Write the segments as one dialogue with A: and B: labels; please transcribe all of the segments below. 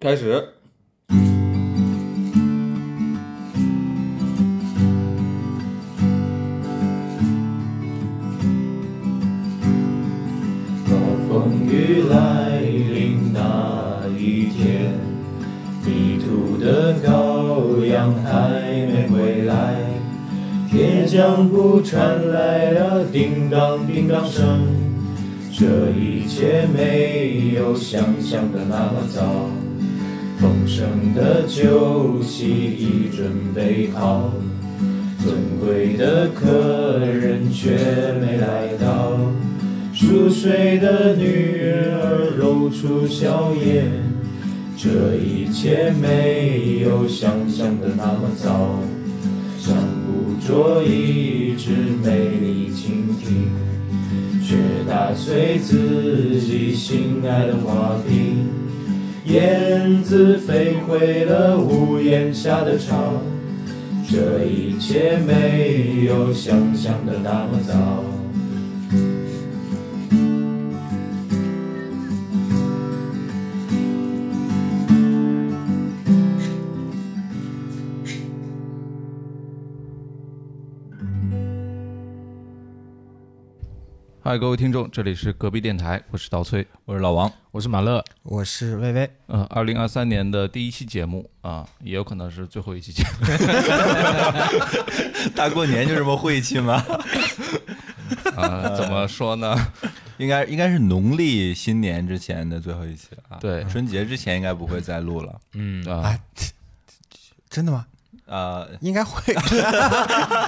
A: 开始。
B: 当风雨来临那一天，迷途的羔羊还没回来，铁匠铺传来了叮当叮当声，这一切没有想象的那么早，丰盛的酒席已准备好。尊贵的客人却没来到，熟睡的女儿露出笑颜，这一切没有想象的那么糟。想捕捉一只美丽蜻蜓，却打碎自己心爱的花瓶，燕子飞回了屋檐下的巢。这一切没有想象的那么糟。
C: 嗨，各位听众，这里是隔壁电台，我是刀崔。
D: 我是老王，
E: 我是马乐，
F: 我是薇薇，
C: 呃，二零二三年的第一期节目啊，也有可能是最后一期节目
D: 大过年就这么晦气吗？
C: 啊。怎么说呢？
D: 应该应该是农历新年之前的最后一期啊。
C: 对
D: 春节之前应该不会再录了。
E: 嗯，
C: 啊，
F: 真的吗？
D: 呃，
F: 应该会，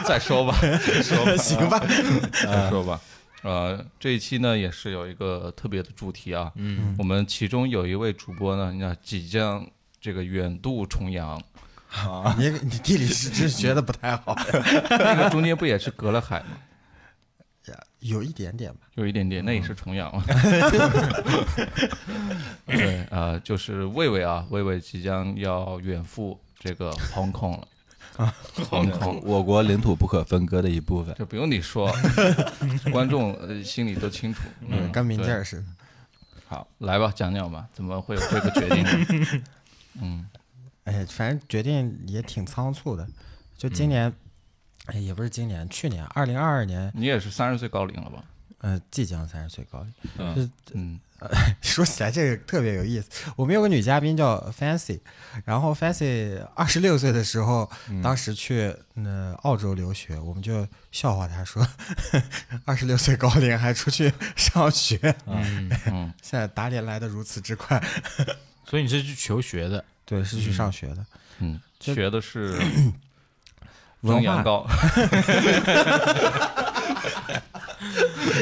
C: 再说吧，再说吧， 啊
F: 行吧？
E: 嗯
C: 再说吧。呃，这一期呢也是有一个特别的主题啊。
E: 嗯，
C: 我们其中有一位主播呢，那即将这个远渡重洋，
F: 你你地理是真是学的不太 好，
C: 那个中间不也是隔了海吗？
F: 有一点点吧。
C: 有一点点，那也
F: 嗯
C: 是重阳嘛。 对，呃，就是魏魏啊，魏魏即将要远赴这个 Hong Kong 了。Hong Kong，
D: 我国领土不可分割的一部分。
C: 这不用你说， 观众呃心里都清楚。嗯，
F: 跟明
C: 对
F: 镜儿似的。
C: 好，来吧，讲讲吧，怎么会有这个决 定？嗯，
F: 哎呀，反正决定也挺仓促的，就今年，哎，也不是今年，去年二零二二年，
C: 你也是三十岁高龄了吧？
F: 呃，即将三十岁高龄。
C: 嗯，
F: 说起来这个特别有意思，我们有个女嘉宾叫 Fancy，然后 Fancy 二十六岁的时候，当时去嗯、呃澳洲留学，我们就笑话她说，二十六岁高龄还出去上学，
C: 嗯
F: 现在打脸来得如此之快，
E: 所以你是去求学的，
F: 对，是去上学的，
C: 嗯，
F: 这
C: 学的是 中
F: 文化
C: 阳 高，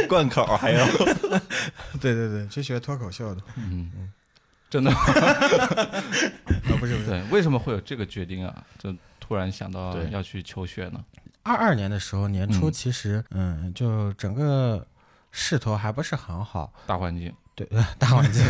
D: 贯口还有
F: 对对对，去学脱口秀的，
C: 嗯真的吗。
F: 啊不是不是，
C: 对，为什么会有这个决定啊？就突然想到
E: 对
C: 要去求学呢？
F: 二二年的时候年初
C: 嗯
F: 其实嗯就整个势头还不是很好，
C: 大环境，
F: 对， 大环境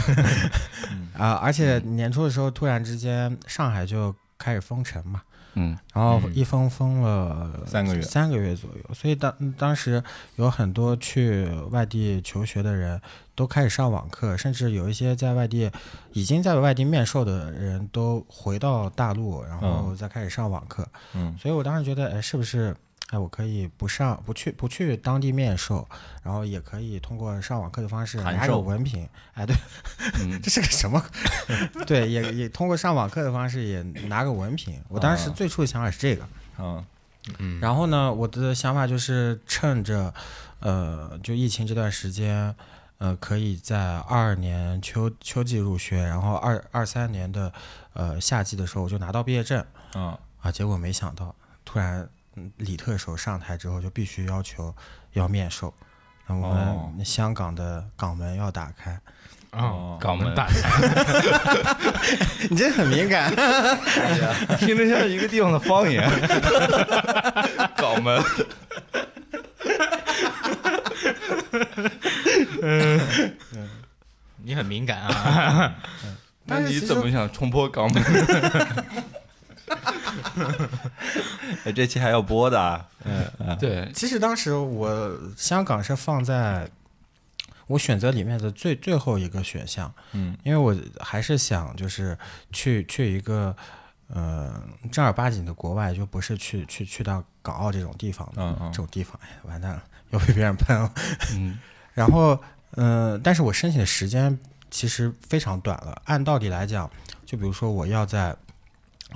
F: 啊，而且年初的时候，突然之间上海就开始封城嘛，
C: 嗯
F: 然后一封封了
D: 三个月
F: 三个月左右，所以当当时有很多去外地求学的人都开始上网课，甚至有一些在外地已经在外地面授的人都回到大陆，然后再开始上网课。
D: 嗯，
F: 所以我当时觉得，哎，是不是？哎，我可以不上，不去，不去当地面授，然后也可以通过上网课的方式
D: 函
F: 拿有
D: 授
F: 文凭。哎，对，
C: 嗯
F: 这是个什么？对，也也通过上网课的方式也拿个文凭。我当时
D: 啊
F: 最初的想法是这个，
D: 嗯
F: 然后呢，我的想法就是趁着，呃，就疫情这段时间，呃，可以在二二年秋秋季入学，然后二二三年的呃夏季的时候我就拿到毕业证
D: 嗯，
F: 啊。结果没想到，突然嗯李特首上台之后就必须要求要面授，那我
D: 哦
F: 们香港的港门要打开，
E: 哦，
C: 港门
E: 大，
F: 你这很敏感。
C: 听着像一个地方的方言， 港门。
E: 你很敏感啊，
C: 那
F: 但是
C: 你
F: 其实
C: 怎么想冲破港门？
D: 哎， 这期还要播的啊，
C: 对，
F: 其实当时我香港是放在，我选择里面的最最后一个选项，
D: 嗯，
F: 因为我还是想就是去去一个呃正儿八经的国外，就不是去去去到港澳这种地方的、
D: 嗯
F: 这
D: 嗯
F: 种地方，哎，完蛋了，要被别人喷了。
C: 嗯
F: 然后，嗯、但是我申请的时间其实非常短了。按道理来讲，就比如说我要在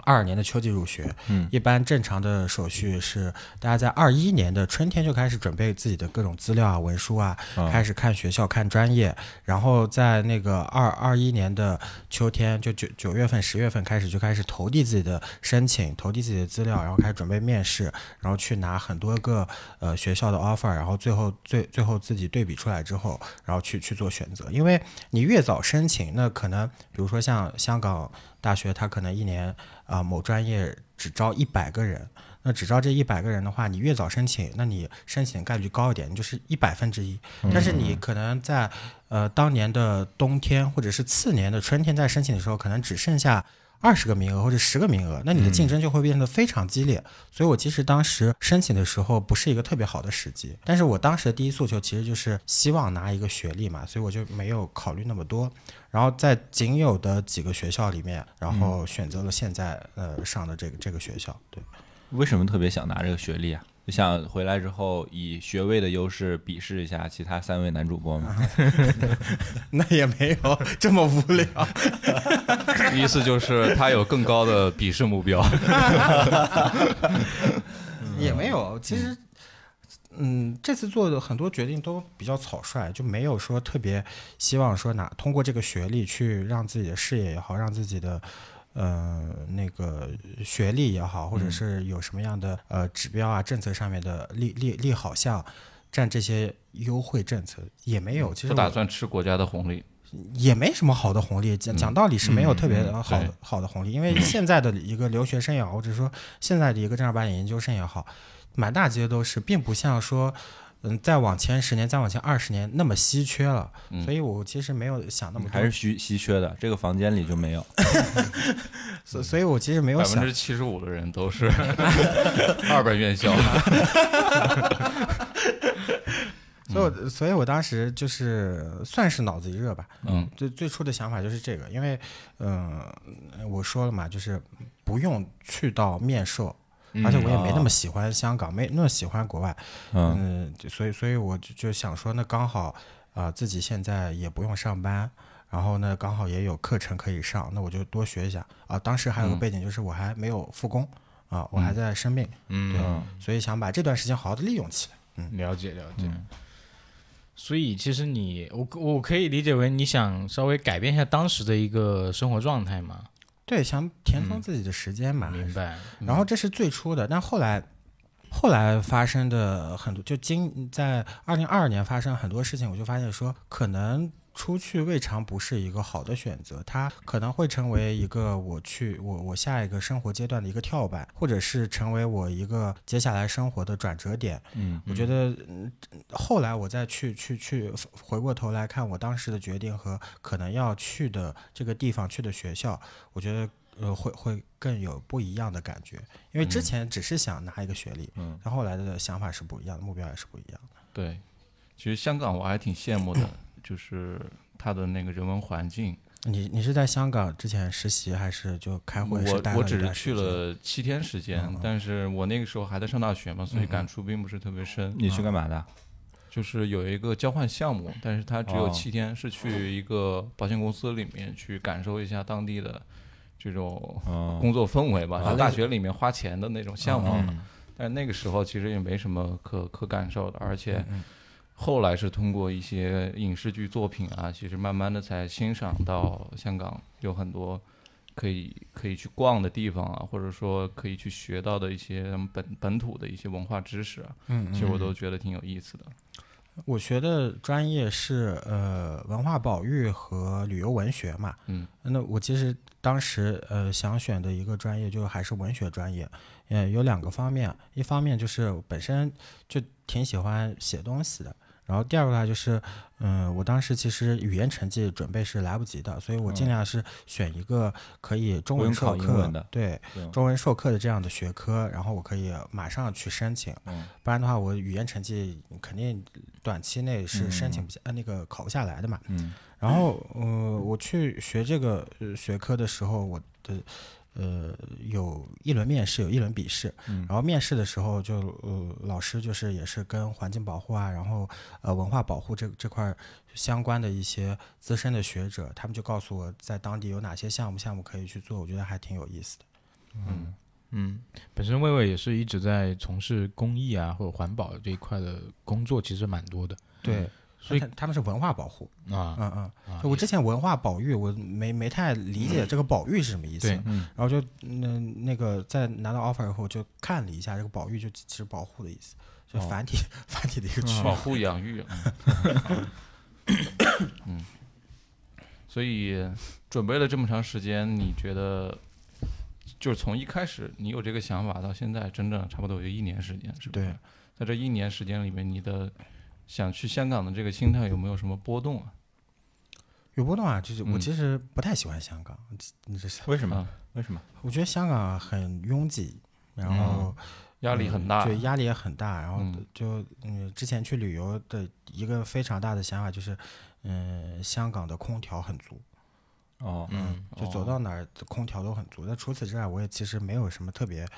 F: 二二年的秋季入学，
D: 嗯
F: 一般正常的手续是大家在二一年的春天就开始准备自己的各种资料啊、文书啊，
D: 嗯
F: 开始看学校、看专业，然后在那个二二一年的秋天，就九九月份、十月份开始就开始投递自己的申请，投递自己的资料，然后开始准备面试，然后去拿很多个呃学校的 offer，然后最后最最后自己对比出来之后，然后去去做选择。因为你越早申请，那可能比如说像香港大学，它可能一年啊、呃某专业只招一百个人。那只招这一百个人的话，你越早申请，那你申请的概率高一点，你就是一百分之一。但是你可能在呃当年的冬天或者是次年的春天在申请的时候，可能只剩下二十个名额或者十个名额，那你的竞争就会变得非常激烈。所以我其实当时申请的时候不是一个特别好的时机，但是我当时的第一诉求其实就是希望拿一个学历嘛，所以我就没有考虑那么多。然后在仅有的几个学校里面，然后选择了现在呃上的这个这个学校。对，
D: 为什么特别想拿这个学历啊？就想回来之后以学位的优势鄙视一下其他三位男主播吗？
F: 那也没有这么无聊。
C: 意思就是他有更高的鄙视目标。
F: 嗯也没有，其实，嗯，这次做的很多决定都比较草率，就没有说特别希望说拿通过这个学历去让自己的事业也好，让自己的呃那个学历也好，或者是有什么样的呃指标啊、政策上面的利利利好项占这些优惠政策也没有。 其实
C: 不打
F: 我
C: 算吃国家的红利。
F: 也没什么好的红利，讲讲道理是没有特别
C: 嗯
F: 好的、
C: 对嗯
F: 好的红利，因为现在的一个留学生也好，或者说现在的一个正儿八经研究生也好，满大街都是，并不像说，嗯，再往前十年、再往前二十年那么稀缺了。
C: 嗯
F: 所以我其实没有想那么 多，
D: 还是稀稀缺的，这个房间里就没有。
F: 所所以我其实没有
C: 百分
F: 想
C: 之七十五的人都 是二本院校，
F: 所以
D: 嗯
F: 我，所以我当时就是算是脑子一热吧。
C: 嗯，
F: 最最初的想法就是这个，因为，嗯、我说了嘛，就是不用去到面授，而且我也没那么喜欢香港，没那么喜欢国外，
D: 啊嗯
F: 嗯，就所以，所以我就就想说，那刚好啊、自己现在也不用上班。然后呢，刚好也有课程可以上，那我就多学一下啊。当时还有个背景就是我还没有复工啊，我还在生病，
D: 嗯
F: 所以想把这段时间好好的利用起来。
E: 了解了解。嗯所以其实你，我我可以理解为你想稍微改变一下当时的一个生活状态嘛？
F: 对，想填充自己的时间嘛，还是
E: 明白？
F: 然后这是最初的，但后来后来发生的很多，就今在二零二二年发生很多事情，我就发现说，可能出去未尝不是一个好的选择，它可能会成为一个我去我我下一个生活阶段的一个跳板，或者是成为我一个接下来生活的转折点。
D: 嗯，
F: 我觉得嗯后来我再去去去回过头来看我当时的决定和可能要去的这个地方去的学校，我觉得呃会会更有不一样的感觉，因
C: 嗯
F: 为之前只是想拿一个学历，
D: 嗯，
F: 但后来的想法是不一样的，目标也是不一样的。
C: 对。其实香港我还挺羡慕的，就是它的那个人文环境。
F: 你你是在香港之前实习还是就开会是
C: 我
F: 待
C: 我
F: 了一
C: 只是
F: 段时
C: 去
F: 间嗯
C: 了七天时间，但是我那个时候还在上大学嘛，所以感触并不是特别深。
D: 你去干嘛的？
C: 就是有一个交换项目，但是它只有
D: 哦
C: 七天，是去一个保险公司里面去感受一下当地的这种
D: 哦
C: 工作氛围吧，
F: 啊
C: 就大学里面花钱的那种项目。
F: 哦
E: 嗯
C: 但那个时候其实也没什么可可感受的，而且
F: 嗯
C: 后来是通过一些影视剧作品啊，其实慢慢的才欣赏到香港有很多可以可以去逛的地方啊，或者说可以去学到的一些他们本本土的一些文化知识啊，
F: 嗯
C: 其实我都觉得挺有意思的。
F: 我学的专业是呃文化保育和旅游文学嘛。
C: 嗯，
F: 那我其实当时呃想选的一个专业就是还是文学专业，呃嗯、有两个方面，一方面就是我本身就挺喜欢写东西的，然后第二个的话就是，嗯，我当时其实语言成绩准备是来不及的，所以我尽量是选一个可以中
D: 哦不
F: 文
D: 用
F: 授
D: 考英
F: 课
D: 文的
F: 对
D: 对
F: 中文授课的这样的学科，然后我可以马上去申请，
D: 嗯
F: 不然的话我语言成绩肯定短期内是申请不下、呃那个考不下来的嘛。
D: 嗯
F: 然后，呃，我去学这个呃学科的时候，我的呃有一轮面试，有一轮笔试。
D: 嗯
F: 然后面试的时候就，呃，老师就是也是跟环境保护啊，然后呃文化保护这这块儿相关的一些资深的学者，他们就告诉我在当地有哪些项目项目可以去做，我觉得还挺有意思的。
D: 嗯
E: 嗯，本身魏魏也是一直在从事公益啊或者环保这一块的工作，其实蛮多的
F: 对，
E: 所以
F: 嗯他他们是文化保护，
E: 啊。
F: 嗯嗯。
E: 啊
F: 我之前文化保育我没没太理解这个保育是什么意思，
E: 对
D: 嗯
F: 然后就那那个在拿到 offer 以后，就看了一下这个保育，就其实保护的意思，就
D: 哦
F: 繁体、 繁体的一个区。
C: 保护养育。 嗯，所以准备了这么长时间，你觉得就是从一开始你有这个想法到现在，整整差不多有一年时间，是不是
F: 对？
C: 在这一年时间里面，你的想去香港的这个心态有没有什么波动啊？
F: 有波动啊，就是我
C: 嗯
F: 其实不太喜欢香港，你这是
D: 为什么？
C: 啊
D: 为什么？
F: 我觉得香港很拥挤，然后、
C: 压力很大，
F: 对，嗯压力也很大。然后
C: 嗯
F: 就嗯，之前去旅游的一个非常大的想法就是，嗯，香港的空调很足，
D: 哦，
E: 嗯，
F: 就走到哪儿空调都很足。那除此之外，我也其实没有什么特别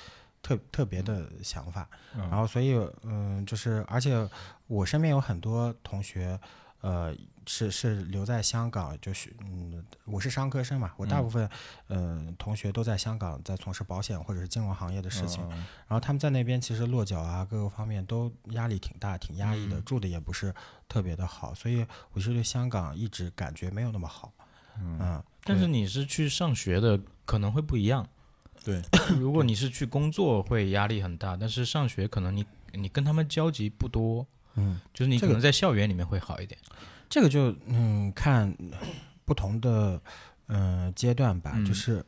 F: 特特别的想法。
D: 嗯
F: 然后所以嗯，就是而且我身边有很多同学，呃，是是留在香港，就是嗯，我是商科生嘛，我大部分嗯、呃同学都在香港在从事保险或者是金融行业的事情，
D: 嗯
F: 然后他们在那边其实落脚啊，各个方面都压力挺大，挺压抑的，
E: 嗯
F: 住的也不是特别的好，所以我是对香港一直感觉没有那么好，
D: 嗯
F: 嗯，
E: 但是你是去上学的，可能会不一样。
D: 对，
E: 如果你是去工作，会压力很大，但是上学可能你你跟他们交集不多，
F: 嗯，
E: 就是你
F: 这
E: 可
F: 个
E: 能在校园里面会好一点。
F: 这个就嗯看不同的嗯、呃阶段吧，
E: 嗯
F: 就是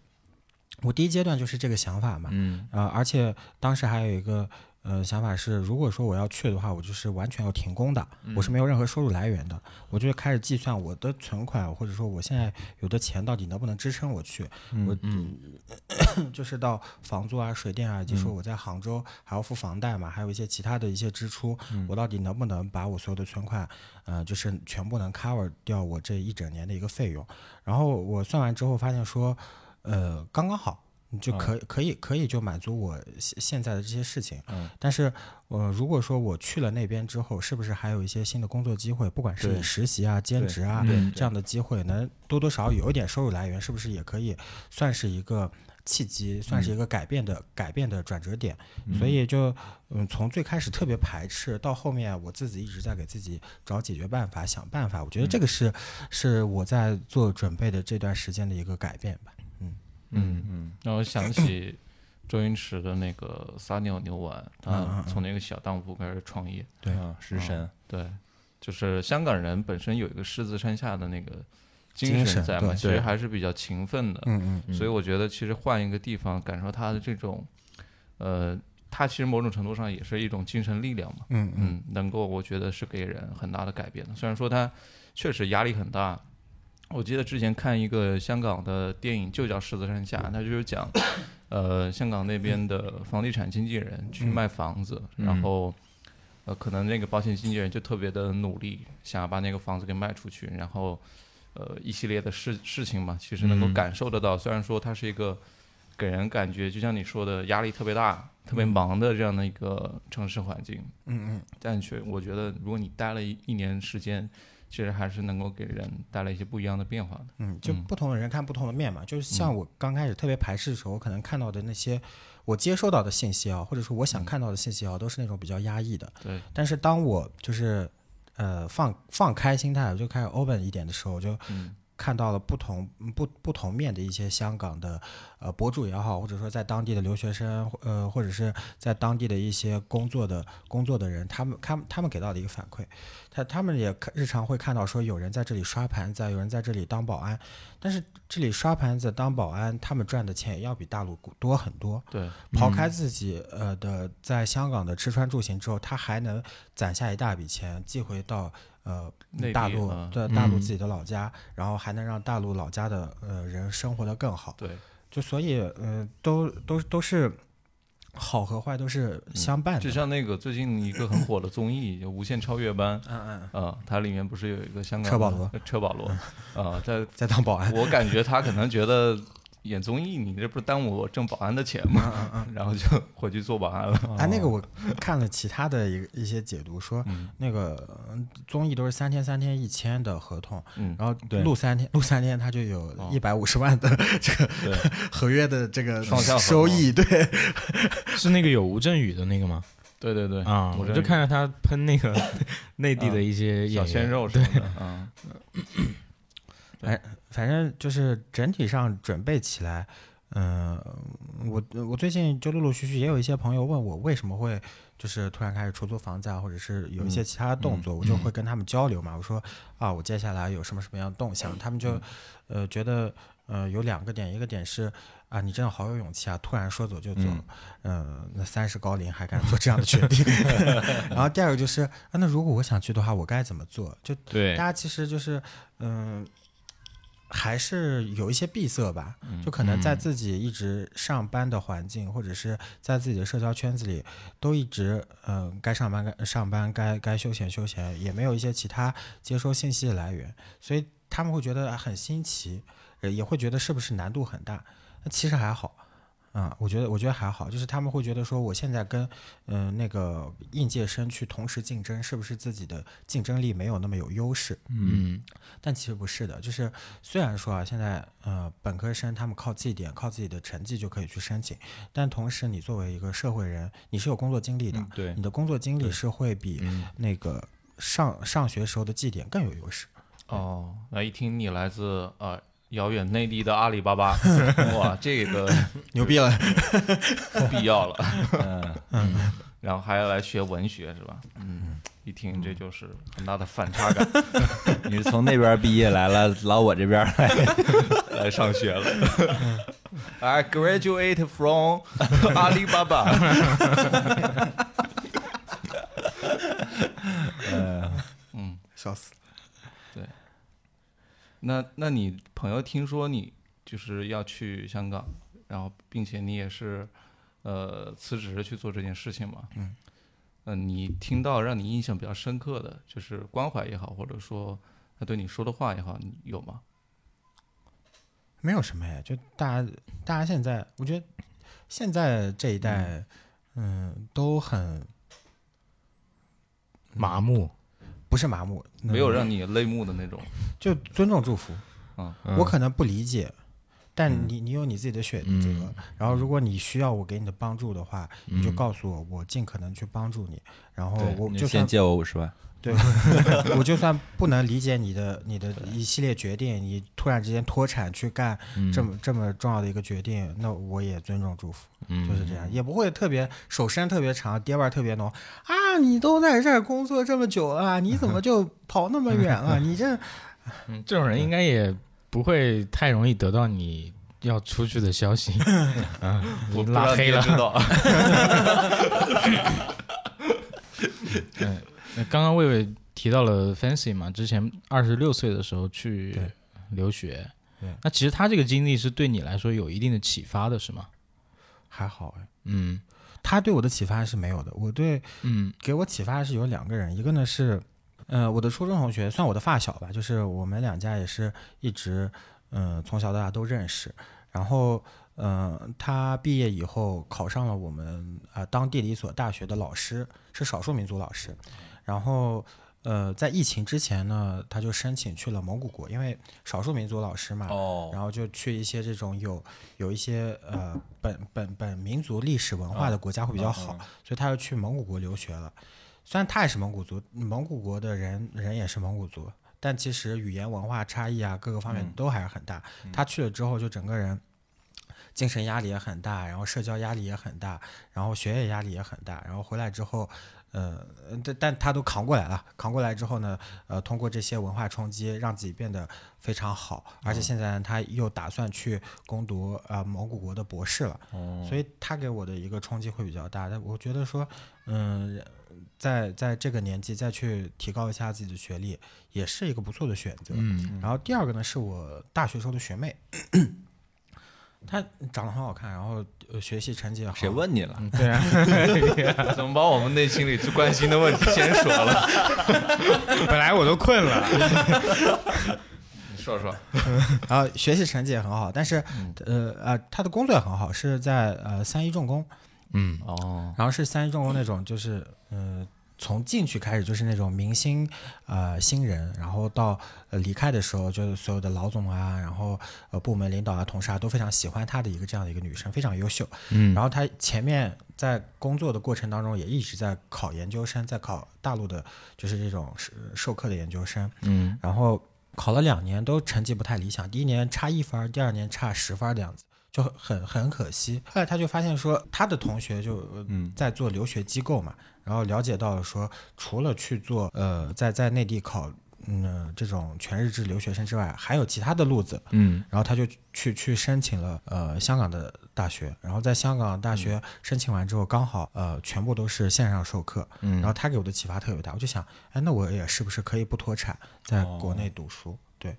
F: 我第一阶段就是这个想法嘛，
E: 嗯
F: 呃，而且当时还有一个呃想法是，如果说我要去的话，我就是完全要停工的，
E: 嗯
F: 我是没有任何收入来源的，我就开始计算我的存款，或者说我现在有的钱到底能不能支撑我去，我
E: 嗯
F: 就是到房租啊、水电啊，以及说我在杭州还要付房贷嘛，还有一些其他的一些支出，
E: 嗯
F: 我到底能不能把我所有的存款，呃，就是全部能 cover 掉我这一整年的一个费用？然后我算完之后发现说，呃，刚刚好。就可可以可以就满足我现现在的这些事情，
D: 嗯
F: 但是，呃，如果说我去了那边之后，是不是还有一些新的工作机会，不管是
D: 对
F: 以实习啊、兼
D: 对
F: 职啊，
E: 对
F: 这样的机会，能多多少少有一点收入来源，是不是也可以算是一个契机，
D: 嗯
F: 算是一个改变的、改变的转折点？所以就嗯，从最开始特别排斥，到后面我自己一直在给自己找解决办法、想办法。我觉得这个是、是我在做准备的这段时间的一个改变吧。
C: 嗯，
D: 嗯
C: 让我想起周星驰的那个撒尿牛丸，他从那个小当铺开始创业，
F: 对
D: 嗯，食神，
C: 对，就是香港人本身有一个狮子山下的那个精神
F: 精神
C: 在嘛，
F: 对
C: 其实还是比较勤奋的。
F: 嗯
E: 嗯
C: 所以我觉得，其实换一个地方，感受他的这种，呃，他其实某种程度上也是一种精神力量嘛。
F: 嗯嗯
C: 嗯，能够我觉得是给人很大的改变的。虽然说他确实压力很大，我记得之前看一个香港的电影，就叫《狮子山下》，它就是讲，呃，香港那边的房地产经纪人
F: 嗯
C: 去卖房子，然后，呃，可能那个保险经纪人就特别的努力，想要把那个房子给卖出去，然后，呃，一系列的事事情嘛，其实能够
E: 嗯
C: 感受得到。虽然说它是一个给人感觉，就像你说的，压力特别大、特别忙的这样的一个城市环境，
F: 嗯
C: 但却我觉得，如果你待了一一年时间，其实还是能够给人带来一些不一样的变化的。
F: 嗯，就
C: 嗯
F: 不同的人看不同的面嘛。就是像我刚开始特别排斥的时候，我可能看到的那些我接收到的信息啊，或者说我想看到的信息啊，都是那种比较压抑的。
C: 嗯对，
F: 但是当我就是呃放放开心态，我就开始 open 一点的时候，我就
C: 嗯
F: 看到了不同不不同面的一些香港的呃博主也好，或者说在当地的留学生，呃，或者是在当地的一些工作的工作的人，他们他们他们给到的一个反馈，他他们也看日常会看到说有人在这里刷盘子啊，有人在这里当保安，但是这里刷盘子当保安，他们赚的钱要比大陆多很多。
C: 对，
F: 抛开自己呃的在香港的吃穿住行之后，他还能攒下一大笔钱寄回到呃
C: 内地
F: 大陆
C: 嗯
F: 对大陆
E: 嗯
F: 自己的老家，然后还能让大陆老家的呃人生活的更好。
C: 对，
F: 就所以呃都都都是好和坏都是相伴 的。
C: 嗯就像那个最近一个很火的综艺叫《无限超越班》，
F: 嗯嗯，
C: 啊，它里面不是有一个香港
F: 车保罗
C: 的，车保罗，啊，在
F: 在当保安。
C: 我感觉他可能觉得演综艺，你这不是耽误我挣保安的钱吗？ 然后就回去做保安了。
F: 哎，那个我看了其他的一个一些解读，说那个嗯综艺都是三天三天一签的合同，
C: 嗯哦
F: 然后
D: 对
F: 录三天 录三天，他就有一百五十万的这个
D: 对
F: 合约的这个
C: 双向合
F: 收益，对，
E: 是那个有吴镇宇的那个吗？
C: 对对对，
E: 啊，
C: 我
E: 我
C: 这
E: 就看到他喷那 个内地的一些演
C: 小
F: 啊
E: 员
C: 鲜，肉什么的，啊，
F: 反正就是整体上准备起来。嗯，我我最近就陆陆续续也有一些朋友问我为什么会就是突然开始出租房子啊，或者是有一些其他的动作，我就会跟他们交流嘛。我说啊，我接下来有什么什么样的动向，他们就呃觉得呃有两个点，一个点是啊，你真的好有勇气啊，突然说走就走，嗯，那三十高龄还敢做这样的决定。 然后第二个就是啊，那如果我想去的话，我该怎么做？就
E: 对
F: 大，家其实就是嗯。还是有一些闭塞吧，就可能在自己一直上班的环境，或者是在自己的社交圈子里，都一直嗯、呃该上班该上班，该该休闲休闲，也没有一些其他接收信息的来源，所以他们会觉得很新奇，呃也会觉得是不是难度很大？那其实还好。啊、我觉得我觉得还好，就是他们会觉得说，我现在跟嗯、呃那个应届生去同时竞争，是不是自己的竞争力没有那么有优势？
E: 嗯
F: 但其实不是的，就是虽然说啊，现在呃本科生他们靠绩点、靠自己的成绩就可以去申请，但同时你作为一个社会人，你是有工作经历的，
D: 嗯 对嗯
F: 你的工作经历是会比那个上上学时候的绩点更有优势。
C: 哦，那一听你来自呃遥远内地的阿里巴巴， 哇，这个
F: 牛逼了！
C: 必要了。
D: 嗯
C: 然后还要来学文学是吧？嗯，一听这就是很大的反差感，
D: 你是从那边毕业来了，老我这边来，
C: 来上学了。I graduate from 阿里巴巴。
D: 嗯
C: 嗯
F: 笑死！
C: 那那你朋友听说你就是要去香港，然后并且你也是呃辞职去做这件事情嘛？嗯，呃，你听到让你印象比较深刻的就是关怀也好，或者说他对你说的话也好，你有吗？
F: 没有什么呀，就大家大家现在，我觉得现在这一代，嗯，都很
E: 麻木，
F: 不是麻木，嗯
C: 没有让你泪目的那种。
F: 就尊重祝福。
E: 嗯
F: 我可能不理解，但你你有你自己的选择。
E: 嗯
F: 然后，如果你需要我给你的帮助的话，你就告诉我，我尽可能去帮助你。然后
E: 对
F: 我
D: 你
F: 就
D: 先
F: 算
D: 借我五十万。
F: 对， 我就算不能理解你的你的一系列决定，你突然之间脱产去干
E: 嗯
F: 这么、这么重要的一个决定，那我也尊重祝福，
E: 嗯
F: 就是这样，也不会特别手伸特别长，爹味儿特别浓啊！你都在这儿工作这么久了，你怎 么就跑那么远了？你这
E: 嗯，这种人应该也不会太容易得到你要出去的消 息，啊，
C: 我
E: 你
C: 不
E: 拉
C: 让
E: 黑
C: 爹
E: 了。
C: 知道。
E: 嗯，那刚刚魏魏提到了 Fancy 嘛，之前二十六岁的时候去
F: 对
E: 留学
F: 对，
E: 那其实他这个经历是对你来说有一定的启发的，是吗？
F: 还好哎。
E: 嗯
F: 他对我的启发是没有的，我对
E: 嗯
F: 给我启发是有两个人，一个呢是，呃，我的初中同学，算我的发小吧，就是我们两家也是一直，嗯、从小到大都认识。然后，嗯、他毕业以后考上了我们呃当地的一所大学的老师，是少数民族老师。然后，呃，在疫情之前呢，他就申请去了蒙古国，因为少数民族老师嘛，
D: 哦，
F: 然后就去一些这种有有一些呃本本本民族历史文化的国家会比较
D: 嗯
F: 好，所以他又去蒙古国留学了。虽然他也是蒙古族，蒙古国的人人也是蒙古族，但其实语言文化差异啊，各个方面
D: 嗯
F: 都还是很大。他去了之后，就整个人精神压力也很大，然后社交压力也很大，然后学业压力也很大，然后回来之后。呃，但但他都扛过来了，扛过来之后呢，呃，通过这些文化冲击，让自己变得非常好，而且现在呢，他又打算去攻读呃蒙古国的博士了，所以他给我的一个冲击会比较大。但我觉得说，嗯，在在这个年纪再去提高一下自己的学历，也是一个不错的选择。
E: 嗯，
F: 然后第二个呢，是我大学时候的学妹，她长得很好看，然后呃学习成绩也好。
D: 谁问你了？
E: 嗯对啊，
C: 怎么把我们内心里最关心的问题先说了？
E: 本来我都困了，
C: 你说说，
F: 然后学习成绩也很好，但是呃呃，她的工作也很好，是在呃三一重工，
E: 嗯，
C: 哦，
F: 然后是三一重工那种，就是嗯、呃从进去开始就是那种明星呃新人，然后到、呃、离开的时候，就是所有的老总啊，然后呃部门领导啊、同事啊都非常喜欢她的一个这样的一个女生，非常优秀。
E: 嗯
F: 然后她前面在工作的过程当中也一直在考研究生，在考大陆的，就是这种授授课的研究生。
E: 嗯，
F: 然后考了两年都成绩不太理想，第一年差一分儿，第二年差十分儿的样子，就很很可惜。后来他就发现说，他的同学就呃
D: 嗯
F: 在做留学机构嘛，然后了解到了说，除了去做呃在在内地考。嗯、呃这种全日制留学生之外，还有其他的路子。
E: 嗯，
F: 然后他就去去申请了呃香港的大学，然后在香港大学申请完之后，刚好呃全部都是线上授课，嗯，然后他给我的启发特别大，我就想，哎，那我也是不是可以不脱产，在国内读书？对，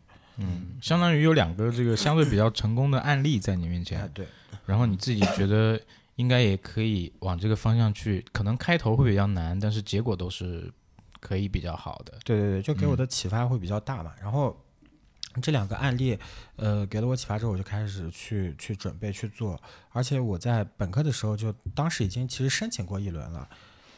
E: 相当于有两个这个相对比较成功的案例在你面
F: 哎
E: 前，，
F: 对，
E: 然后你自己觉得应该也可以往这个方向去，可能开头会比较难，但是结果都是可以比较好的。
F: 对对对，就给我的启发会比较大嘛。然后这两个案例，呃，给了我启发之后，我就开始去去准备去做，而且我在本科的时候就当时已经其实申请过一轮了，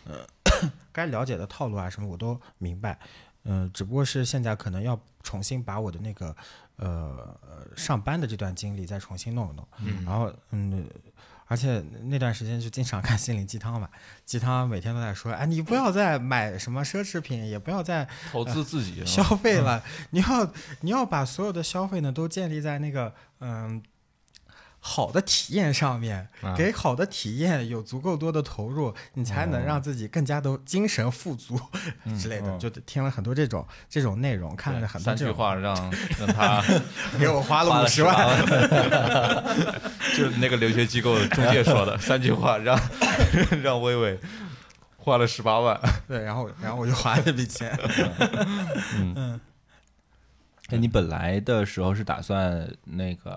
F: 呃， 该了解的套路啊什么我都明白，嗯、只不过是现在可能要重新把我的那个呃呃上班的这段经历再重新弄一弄，然后嗯。而且那段时间就经常看心灵鸡汤嘛，鸡汤每天都在说，哎，你不要再买什么奢侈品，也不要再
C: 投资自己，啊
F: 消费了，你要你要把所有的消费呢都建立在那个嗯好的体验上面，
E: 啊
F: 给好的体验有足够多的投入，你才能让自己更加的精神富足之类的。就听了很多这种这种内容，看了很多
C: 三
F: 这
C: 句
F: 种，
C: 话让让他
F: 给我花了五十万。
C: 花了10万，就是那个留学机构的中介说的三句话，让 让薇薇花了十八万。
F: 对，然后然后我就花了这笔钱。
D: 哎，你本来的时候是打算那个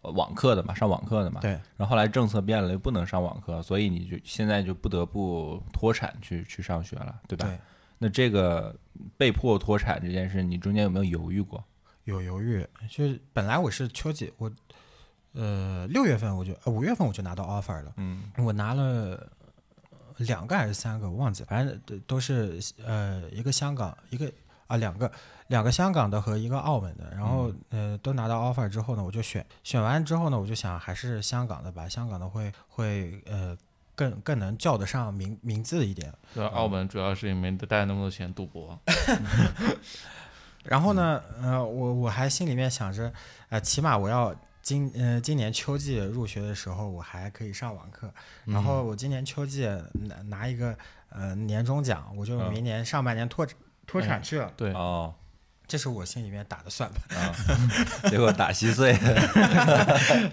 D: 呃网课的嘛，上网课的 嘛？。
F: 对，
D: 然后后来政策变了，又不能上网课，所以你就现在就不得不脱产去去上学了，对吧？
F: 对
D: 那这个被迫脱产这件事，你中间有没有犹豫过？
F: 有犹豫，就是本来我是秋季，我呃六月份我就呃五月份我就拿到 offer 了，
D: 嗯，
F: 我拿了两个还是三个，我忘记了，反正都都是呃一个香港一个啊两个两个香港的和一个澳门的，然后、呃都拿到 offer 之后呢，我就选选完之后呢，我就想还是香港的吧，香港的会会呃更更能叫得上名名字一点，
C: 对，澳门主要是也没带那么多钱赌博，
F: 然后呢，呃，我我还心里面想着，呃，起码我要今呃今年秋季入学的时候，我还可以上网课。然后我今年秋季拿拿一个呃年终奖，我就
D: 嗯
F: 明年上半年脱脱产去了。
C: 对，
D: 哦，
F: 这是我心里面打的算盘，
D: 啊，结果打稀碎。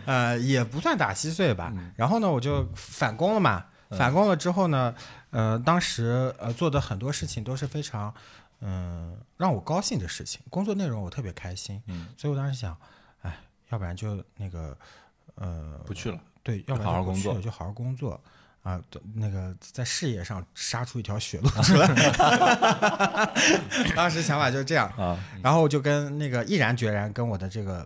F: 呃，也不算打稀碎吧。然后呢，我就返工了嘛。
D: 嗯
F: 返工了之后呢，呃，当时呃做的很多事情都是非常，嗯、让我高兴的事情，工作内容我特别开心。
D: 嗯，
F: 所以我当时想，哎，要不然就那个，呃，
D: 不去了。
F: 对，要不然
D: 好好
F: 就不
D: 工
F: 去
D: 作
F: 了就好好工作啊，对那个在事业上杀出一条血 路出来。 当时想法就是这样
D: 啊，
F: 然后我就跟那个毅然决然跟我的这个。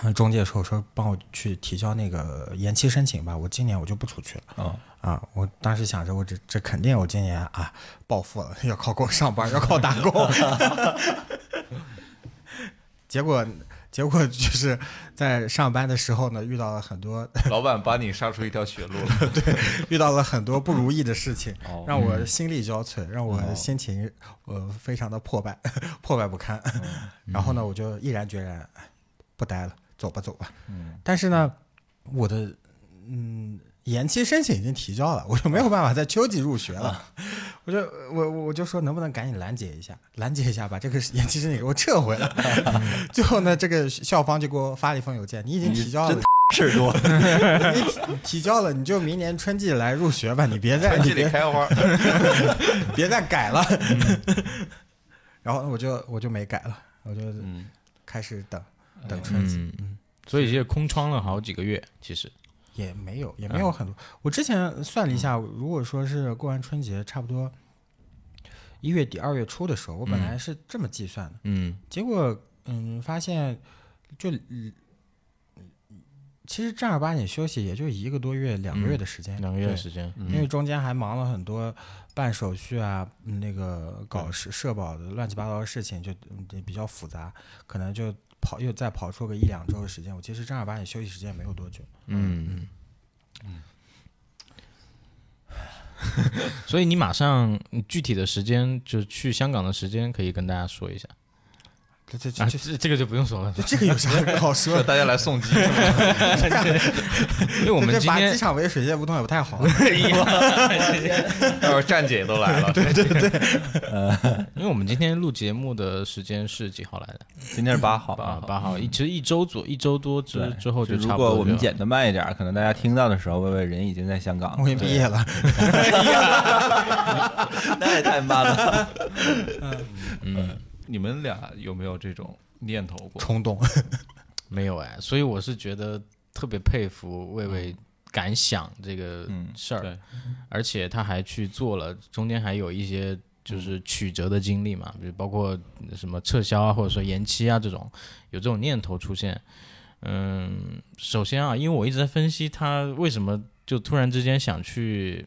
F: 嗯中介说说帮我去提交那个延期申请吧，我今年我就不出去了。
D: 嗯
F: 啊，我当时想着，我这这肯定我今年啊暴富了，要 靠工上班，要靠打工。结果结果就是在上班的时候呢，遇到了很多
D: 老板把你杀出一条血路。
F: 遇到了很多不如意的事情，
D: 哦
F: 让我心力交瘁，让我心情呃非常的破败， 破败不堪。 然后呢，我就毅然决然不待了，走吧走吧。但是呢，我的嗯延期申请已经提交了，我就没有办法在秋季入学了。 我就我我就说能不能赶紧拦截一下，拦截一下把这个延期申请给我撤回来。 最后呢，这个校方就给我发了一封邮件，你已经提交了，
D: 事多，
F: 你提提交了，你就明年春季来入学吧，你别再你
D: 这
F: 别
D: 里开 花。
F: 别再改了。 然后我就我就没改了，我就
C: 嗯，
F: 开始等，等春季、
E: 嗯，所以这空窗了好几个月，其实
F: 也没有也没有很多。我之前算了一下，如果说是过完春节，差不多一月底二月初的时候，我本来是这么计算的，
E: 嗯
F: 结果嗯发现就嗯其实正儿八经休息也就一个多月两个月的时间，
E: 两个月
F: 对
E: 的时间，
F: 因为中间还忙了很多办手续啊，嗯那个搞社社保的乱七八糟的事情，就嗯比较复杂，可能就跑又再跑出个一两周的时间。我其实正儿八经休息时间没有多久，
E: 嗯嗯。 所以你马上具体的时间，就去香港的时间，可以跟大家说一下
F: 这这
E: 啊。
F: 这这
E: 这这个就不用说了，
F: 这这个有啥好说
D: 说
F: 的？
D: 大家来送机，
E: 因为我们
F: 这
E: 今
F: 把
E: 天
F: 机场为水泄不通也不 太好。
D: 要是站姐都来了。对对，
E: 因为我们今天录节目的时间是几号来的？
D: 今天是八号
E: 八八号，一其实一周左一周多之之后哦就
D: 如
E: 差不多就。
D: 果我们剪的慢一点，可能大家听到的时候，薇薇人已经在香港
F: 我
D: 了，
F: 已经毕业了，
D: 那也太慢了。
C: 你们俩有没有这种念头过？
F: 冲动。
E: 没有哎，所以我是觉得特别佩服魏魏
D: 嗯
E: 敢想这个事儿，
C: 对
E: 而且他还去做了，中间还有一些
D: 嗯
E: 就是曲折的经历嘛，比如包括什么撤销啊，或者说延期啊这种，有这种念头出现。嗯，首先啊，因为我一直在分析他为什么就突然之间想去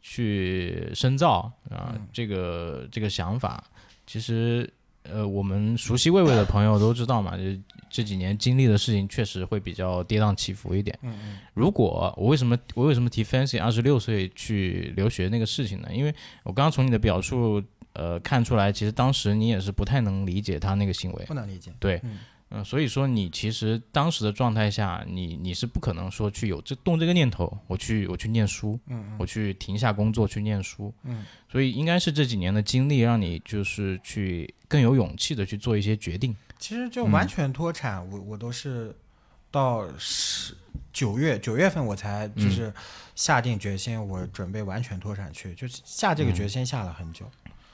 E: 去深造啊，这个这个想法，其实呃，我们熟悉魏魏的朋友都知道嘛，就这几年经历的事情确实会比较跌宕起伏一点。如果我为什么我为什么提 Fancy 二十六岁去留学那个事情呢？因为我刚刚从你的表述呃看出来，其实当时你也是不太能理解他那个行为
F: 不。能理解。
E: 对，
F: 嗯
E: 嗯、所以说你其实当时的状态下，你你是不可能说去有这动这个念头，我去我去念书，嗯我去停下工作去念书，
F: 嗯，
E: 所以应该是这几年的经历让你就是去更有勇气的去做一些决定，
F: 其实就完全脱产，我我都是到十九月九月份我才就是下定决心，我准备完全脱产去，就是下这个决心下了很久。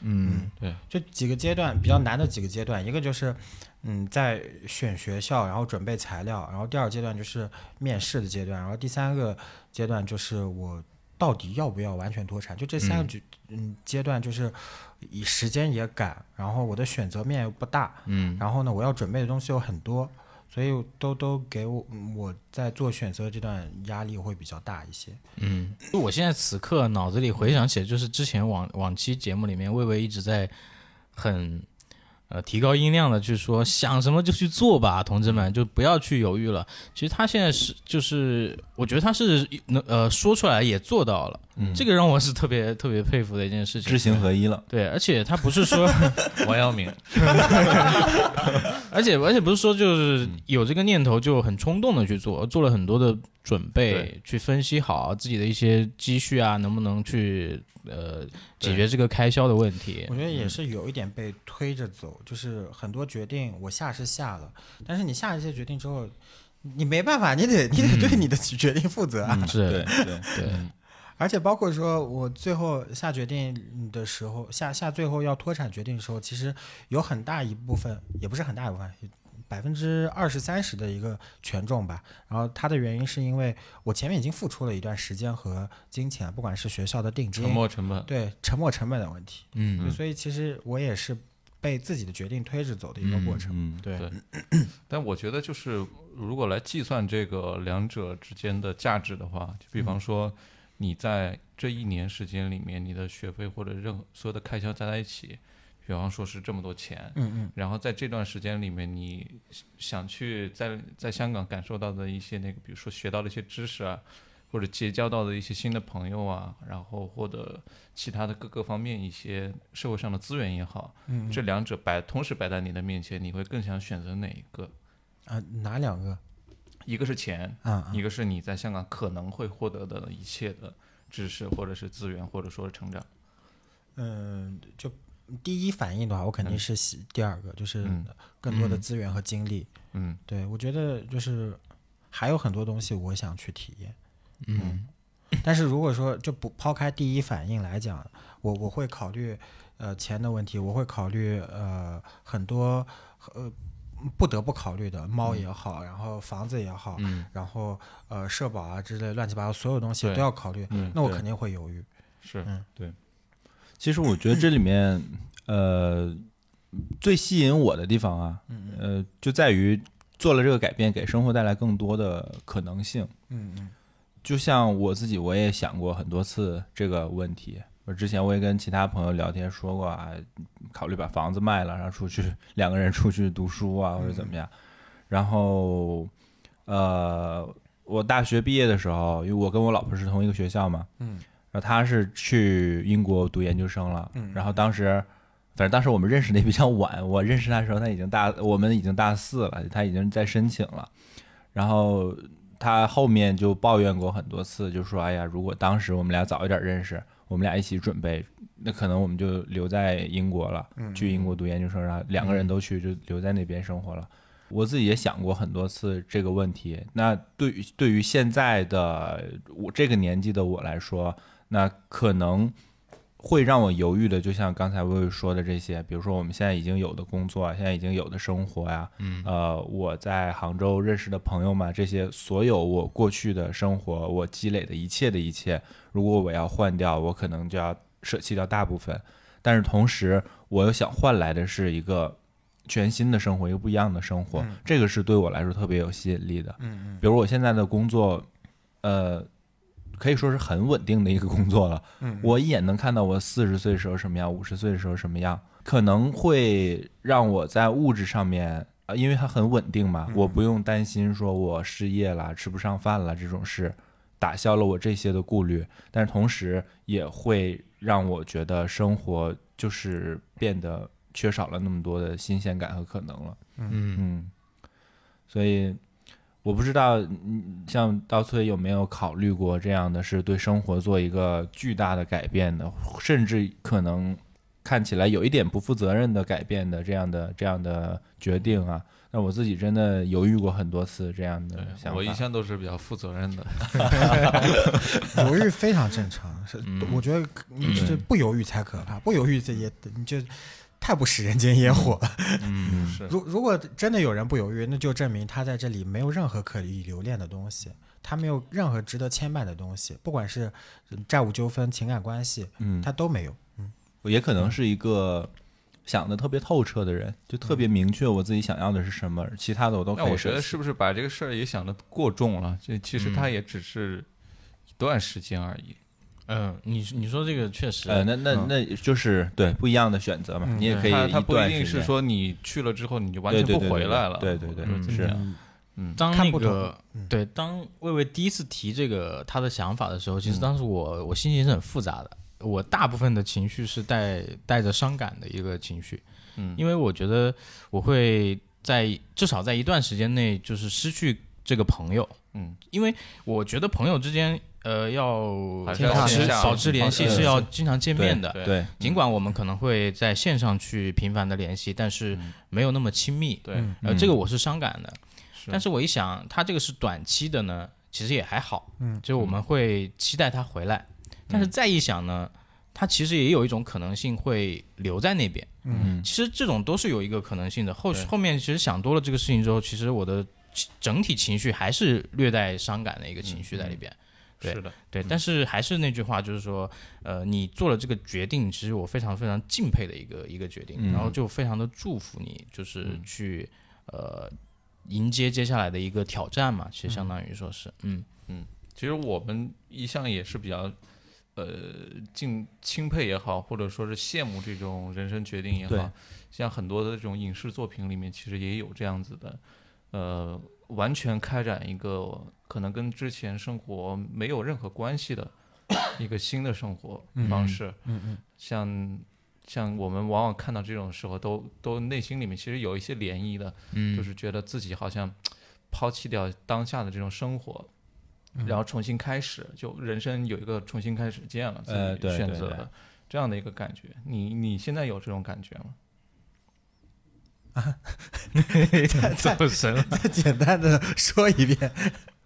D: 嗯，
F: 就几个阶段比较难的几个阶段，一个就是，嗯，在选学校，然后准备材料，然后第二阶段就是面试的阶段，然后第三个阶段就是我到底要不要完全脱产，就这三个阶嗯阶段就是以时间也赶，然后我的选择面又不大，嗯，然后呢，我要准备的东西有很多，所以都都给我嗯我在做选择这段压力会比较大一些，
E: 嗯，就我现在此刻脑子里回想起来，就是之前往往期节目里面，魏魏一直在很呃提高音量的去说，想什么就去做吧，同志们，就不要去犹豫了。其实他现在是就是，我觉得他是能呃说出来也做到了，这个让我是特别特别佩服的一件事情
D: 知。行合一了。
E: 对，而且他不是说，
C: 王阳明，
E: 而且而且不是说就是
D: 嗯
E: 有这个念头就很冲动的去做，做了很多的准备
C: 对，
E: 去分析好自己的一些积蓄啊，能不能去呃解决这个开销的问题
F: 我。觉得也是有一点被推着走，就是很多决定我下是下了，但是你下一些决定之后，你没办法，你得你得对你的决定负责啊。
E: 是
D: 嗯对对，
E: 对，
F: 而且包括说我最后下决定的时候，下下最后要脱产决定的时候，其实有很大一部分，也不是很大一部分。百分之二十三十的一个权重吧，然后它的原因是因为我前面已经付出了一段时间和金钱，不管是学校的定金
C: 沉，没成本。
F: 对沉没成本的问题，
E: 嗯，
F: 所以其实我也是被自己的决定推着走的一个过程。
D: 嗯，
E: 对
C: 对但我觉得，就是如果来计算这个两者之间的价值的话，就比
F: 嗯
C: 方说，你在这一年时间里面，你的学费或者任何所有的开销加在一起，比方说是这么多钱，
F: 嗯嗯，
C: 然后在这段时间里面，你想去在在香港感受到的一些那个，比如说学到的一些知识啊，或者结交到的一些新的朋友啊，然后或者其他的各个方面一些社会上的资源也好，
F: 嗯
C: 这两者摆同时摆在你的面前，你会更想选择哪一个？嗯
F: 啊，哪两个
C: 一个是钱，
F: 啊啊？
C: 一个是你在香港可能会获得的一切的知识或者是资源或者说是成长。
F: 嗯，就第一反应的话，我肯定是喜第二个，就是
C: 嗯
F: 更多的资源和精力。
C: 嗯，
F: 对我觉得就是还有很多东西我想去体验。
E: 嗯
F: 但是如果说就不抛开第一反应来讲，我我会考虑呃钱的问题，我会考虑呃很多呃不得不考虑的猫也好，然后房子也好，
D: 嗯
F: 然后呃社保啊之类乱七八糟所有东西
C: 对
F: 都要考虑，
C: 嗯
F: 那我
D: 对
F: 肯定会犹豫。
C: 是，
D: 嗯其实我觉得这里面，呃，最吸引我的地方啊，
F: 嗯
D: 呃，就在于做了这个改变，给生活带来更多的可能性。
F: 嗯嗯
D: 就像我自己，我也想过很多次这个问题。我之前我也跟其他朋友聊天说过啊，考虑把房子卖了，然后出去两个人出去读书
F: 嗯
D: 啊，或者怎么样。然后，呃，我大学毕业的时候，因为我跟我老婆是同一个学校嘛，
F: 嗯，
D: 然后她是去英国读研究生了，
F: 嗯
D: 然后当时。反正当时我们认识的也比较晚， 我认识她的时候，她已经大，我们已经大四了，她已经在申请了。然后他后面就抱怨过很多次，就说：“哎呀，如果当时我们俩早一点认识，我们俩一起准备，那可能我们就留在英国了，去英国读研究生，然后两个人都去，就留在那边生活了。”我自己也想过很多次这个问题。那对于对于现在的我这个年纪的我来说，那可能会让我犹豫的，就像刚才薇薇说的这些，比如说我们现在已经有的工作，啊现在已经有的生活呀、
E: 嗯
D: 呃，我在杭州认识的朋友嘛，这些所有我过去的生活，我积累的一切的一切，如果我要换掉，我可能就要舍弃掉大部分。但是同时，我又想换来的是一个全新的生活，一个不一样的生活，
F: 嗯
D: 这个是对我来说特别有吸引力的。
F: 嗯
D: 比如我现在的工作，呃，可以说是很稳定的一个工作了。
F: 嗯
D: 我一眼能看到我四十岁的时候什么样，五十岁的时候什么样，可能会让我在物质上面，呃，因为它很稳定嘛，我不用担心说我失业啦、吃不上饭啦这种事，打消了我这些的顾虑。但是同时也会让我觉得生活就是变得缺少了那么多的新鲜感和可能了。
E: 嗯
D: 嗯，所以我不知道，嗯像刀崔有没有考虑过这样的是对生活做一个巨大的改变的，甚至可能看起来有一点不负责任的改变的这样的这样的决定啊？那我自己真的犹豫过很多次这样的想法。
C: 我一向都是比较负责任的。
F: 嗯，犹豫非常正常，是
E: 嗯
F: 我觉得你这不犹豫才可怕，不犹豫这也你就太不食人间烟火了。
E: 嗯
C: 是
F: 如如果真的有人不犹豫，那就证明他在这里没有任何可以留恋的东西，他没有任何值得牵绊的东西，不管是债务纠纷、情感关系，
D: 嗯，
F: 他都没有。
D: 也可能是一个想的特别透彻的人，就特别明确我自己想要的是什么，其他的我都可
C: 那
D: 以
C: 我觉
D: 舍
C: 得
D: 弃
C: 是不是把这个事儿也想得过重了？这其实
D: 嗯
C: 它也只是一段时间而已。
E: 嗯，你你说这个确实，
D: 呃，那那那就是对不一样的选择嘛，你也可以
C: 它
D: 一
C: 它不一
D: 段
C: 定
D: 时
C: 是
D: 间
C: 说你去了之后你就完
D: 对
C: 全
D: 对
C: 不
D: 对
C: 回
D: 对
C: 来了。
D: 对对对
C: 或者
E: 嗯
C: 怎么
D: 是
C: 样，嗯，
E: 当
F: 看
E: 那
F: 不
E: 个
F: 嗯
E: 对，当魏魏第一次提这个他的想法的时候，
C: 嗯
E: 其实当时我、我心情是很复杂的，我大部分的情绪是带带着伤感的一个情绪，
C: 嗯
E: 因为我觉得我会在至少在一段时间内就是失去这个朋友，
C: 嗯，
E: 因为我觉得朋友之间呃要
C: 还是要
E: 保持
C: 线下
E: 保持联系
D: 保持
E: 是要经常见面的，
C: 对
D: 对，
E: 尽管我们可能会在线上去频繁的联系，但是没有那么亲密，
C: 嗯对，
F: 嗯
E: 呃，
D: 嗯
E: 这个我是伤感的。
C: 是
E: 但是我一想，他这个是短期的呢，其实也还好，嗯，就我们会期待他回来。但是再一想呢，他其实也有一种可能性会留在那边，
D: 嗯
E: 其实这种都是有一个可能性的。后
C: 对
E: 后面其实想多了这个事情之后，其实我的其整体情绪还是略带伤感的一个情绪在里边。对
C: 是的，
E: 对，
D: 嗯
E: 但是还是那句话，就是说，呃，你做了这个决定，其实我非常非常敬佩的一个一个决定，
D: 嗯
E: 然后就非常的祝福你，就是去、呃迎接接下来的一个嗯挑战嘛，其实相当于说是，嗯
C: 其实我们一向也是比较呃敬钦佩也好，或者说是羡慕这种人生决定也
D: 对
C: 好，像很多的这种影视作品里面，其实也有这样子的，呃，完全开展一个可能跟之前生活没有任何关系 的一个新的生活方式。
D: 嗯嗯，
C: 像像我们往往看到这种时候，都都内心里面其实有一些涟漪的，
E: 嗯，
C: 就是觉得自己好像抛弃掉当下的这种生活，然后重新开始，就人生有一个重新开始键了，自
D: 呃
C: 己
D: 对
C: 选
D: 对
C: 择
D: 对
C: 的这样的一个感觉。你你现在有这种感觉吗？
E: 走神了，
F: 再简单的说一遍，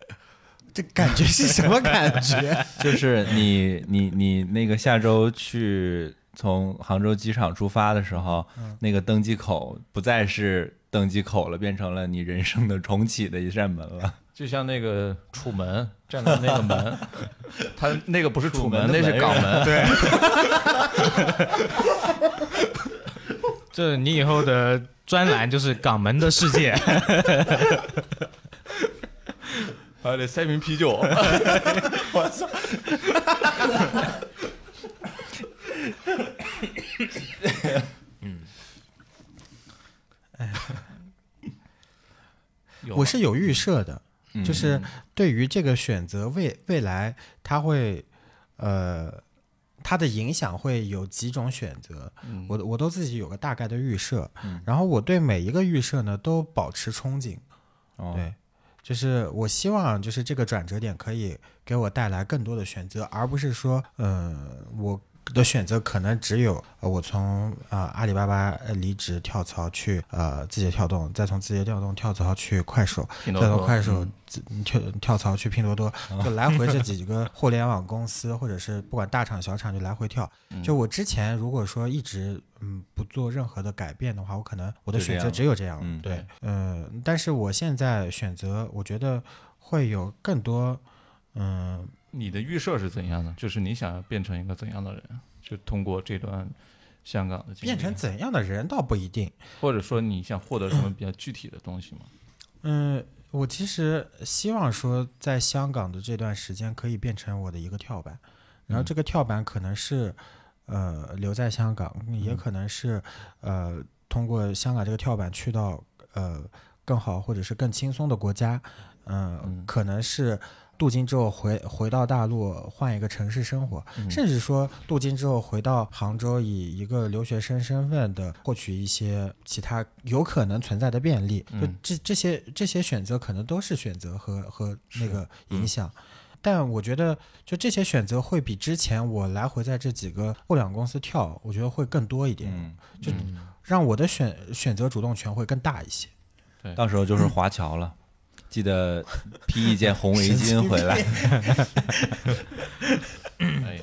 F: 这感觉是什么感觉？
D: 就是你你你那个下周去从杭州机场出发的时候，
C: 嗯
D: 那个登机口不再是登机口了，变成了你人生的重启的一扇门了。
C: 就像那个楚 门站在那个门， 他那个不是楚
D: 门
C: 门，
D: 的
C: 那是
D: 门
C: 港
D: 人
C: 门。 对，
E: 这你以后的专栏就是港门的世界，
C: 还得塞瓶啤酒。有
F: 我
C: 吗嗯
F: 是有预设的，就是对于这个选择未未来，它会呃，它的影响会有几种选择，我我都自己有个大概的预设，
C: 嗯
F: 然后我对每一个预设呢都保持憧憬，
D: 哦
F: 对，就是我希望就是这个转折点可以给我带来更多的选择，而不是说，嗯，我的选择可能只有呃我从呃阿里巴巴呃离职跳槽去呃字节跳动，再从字节跳动跳槽去快手，
C: 拼多
F: 再从
C: 多
F: 快
D: 嗯
F: 手自跳跳槽去拼多多，就来回这几个互联网公司或者是不管大厂小厂就来回跳。
D: 嗯
F: 就我之前如果说一直嗯不做任何的改变的话，我可能我的
D: 就这
F: 选择
D: 样
F: 只有这样。
D: 嗯
F: 对，嗯、但是我现在选择，我觉得会有更多嗯、
C: 你的预设是怎样的？就是你想要变成一个怎样的人？就通过这段香港的经历，
F: 变成怎样的人倒不一定。
C: 或者说你想获得什么比较具体的东西 吗？
F: 嗯，我其实希望说，在香港的这段时间可以变成我的一个跳板，然后这个跳板可能是呃留在香港，也可能是呃通过香港这个跳板去到呃更好或者是更轻松的国家，嗯，可能是。镀金之后回回到大陆换一个城市生活，甚至说镀金之后回到杭州，以一个留学生身份的获取一些其他有可能存在的便利，就这这些这些选择可能都是选择和和那个影响。但我觉得，就这些选择会比之前我来回在这几个互联网公司跳，我觉得会更多一点，
D: 嗯，
F: 就让我的选选择主动权会更大一些。
D: 到时候就是华侨 了，记得披一件红围巾回来。
C: 哎呀，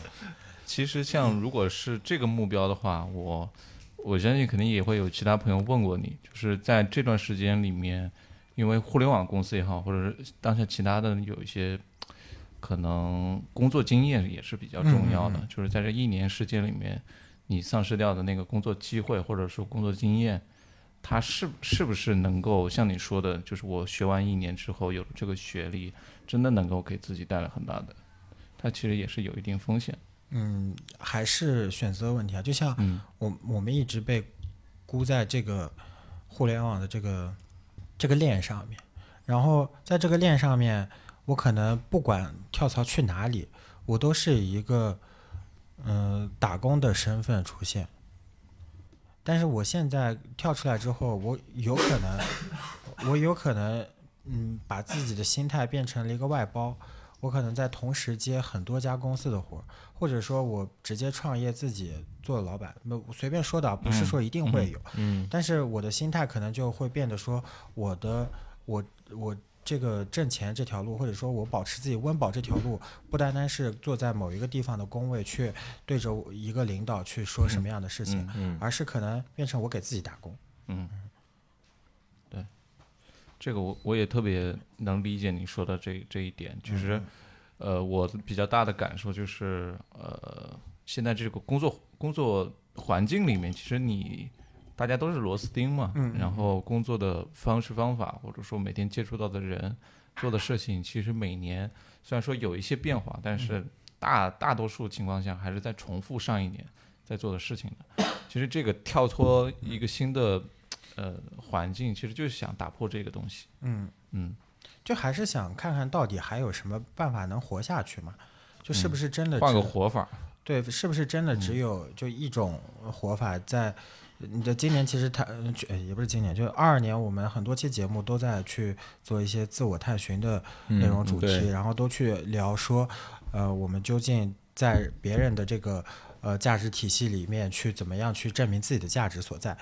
C: 其实像如果是这个目标的话，我我相信肯定也会有其他朋友问过你，就是在这段时间里面，因为互联网公司也好，或者是当下其他的有一些可能工作经验也是比较重要的，就是在这一年时间里面，你丧失掉的那个工作机会或者说工作经验。它是是不是能够像你说的，就是我学完一年之后有了这个学历，真的能够给自己带来很大的它其实也是有一定风险。
F: 嗯，还是选择问题啊，就像
C: 嗯
F: 我我们一直被箍在这个互联网的这个这个链上面，然后在这个链上面，我可能不管跳槽去哪里，我都是一个嗯、呃打工的身份出现。但是我现在跳出来之后，我有可能，我有可能，嗯，把自己的心态变成了一个外包，我可能在同时接很多家公司的活儿，或者说我直接创业自己做老板，那我随便说的啊，不是说一定会有，
E: 嗯
F: 但是我的心态可能就会变得说，我的我我这个挣钱这条路，或者说我保持自己温饱这条路，不单单是坐在某一个地方的工位去对着我一个领导去说什么样的事情，
D: 嗯
F: 而是可能变成我给自己打工。
C: 嗯，对，这个我我也特别能理解你说的这这一点。其实，呃，我比较大的感受就是，呃，现在这个工作工作环境里面，其实你大家都是螺丝钉嘛，然后工作的方式方法，或者说每天接触到的人做的事情，其实每年虽然说有一些变化，但是。大大多数情况下还是在重复上一年在做的事情的。其实这个跳脱一个新的呃环境，其实就是想打破这个东西。
F: 嗯，
C: 嗯，
F: 就还是想看看到底还有什么办法能活下去嘛？就是不是真的只
C: 换个活法儿。
F: 对，是不是真的只有就一种活法在？你的今年其实谈呃去呃也不是今年，就是二二年，我们很多期节目都在去做一些自我探寻的内容主题，
D: 对
F: 然后都去聊说，呃，我们究竟在别人的这个呃价值体系里面去怎么样去证明自己的价值所在。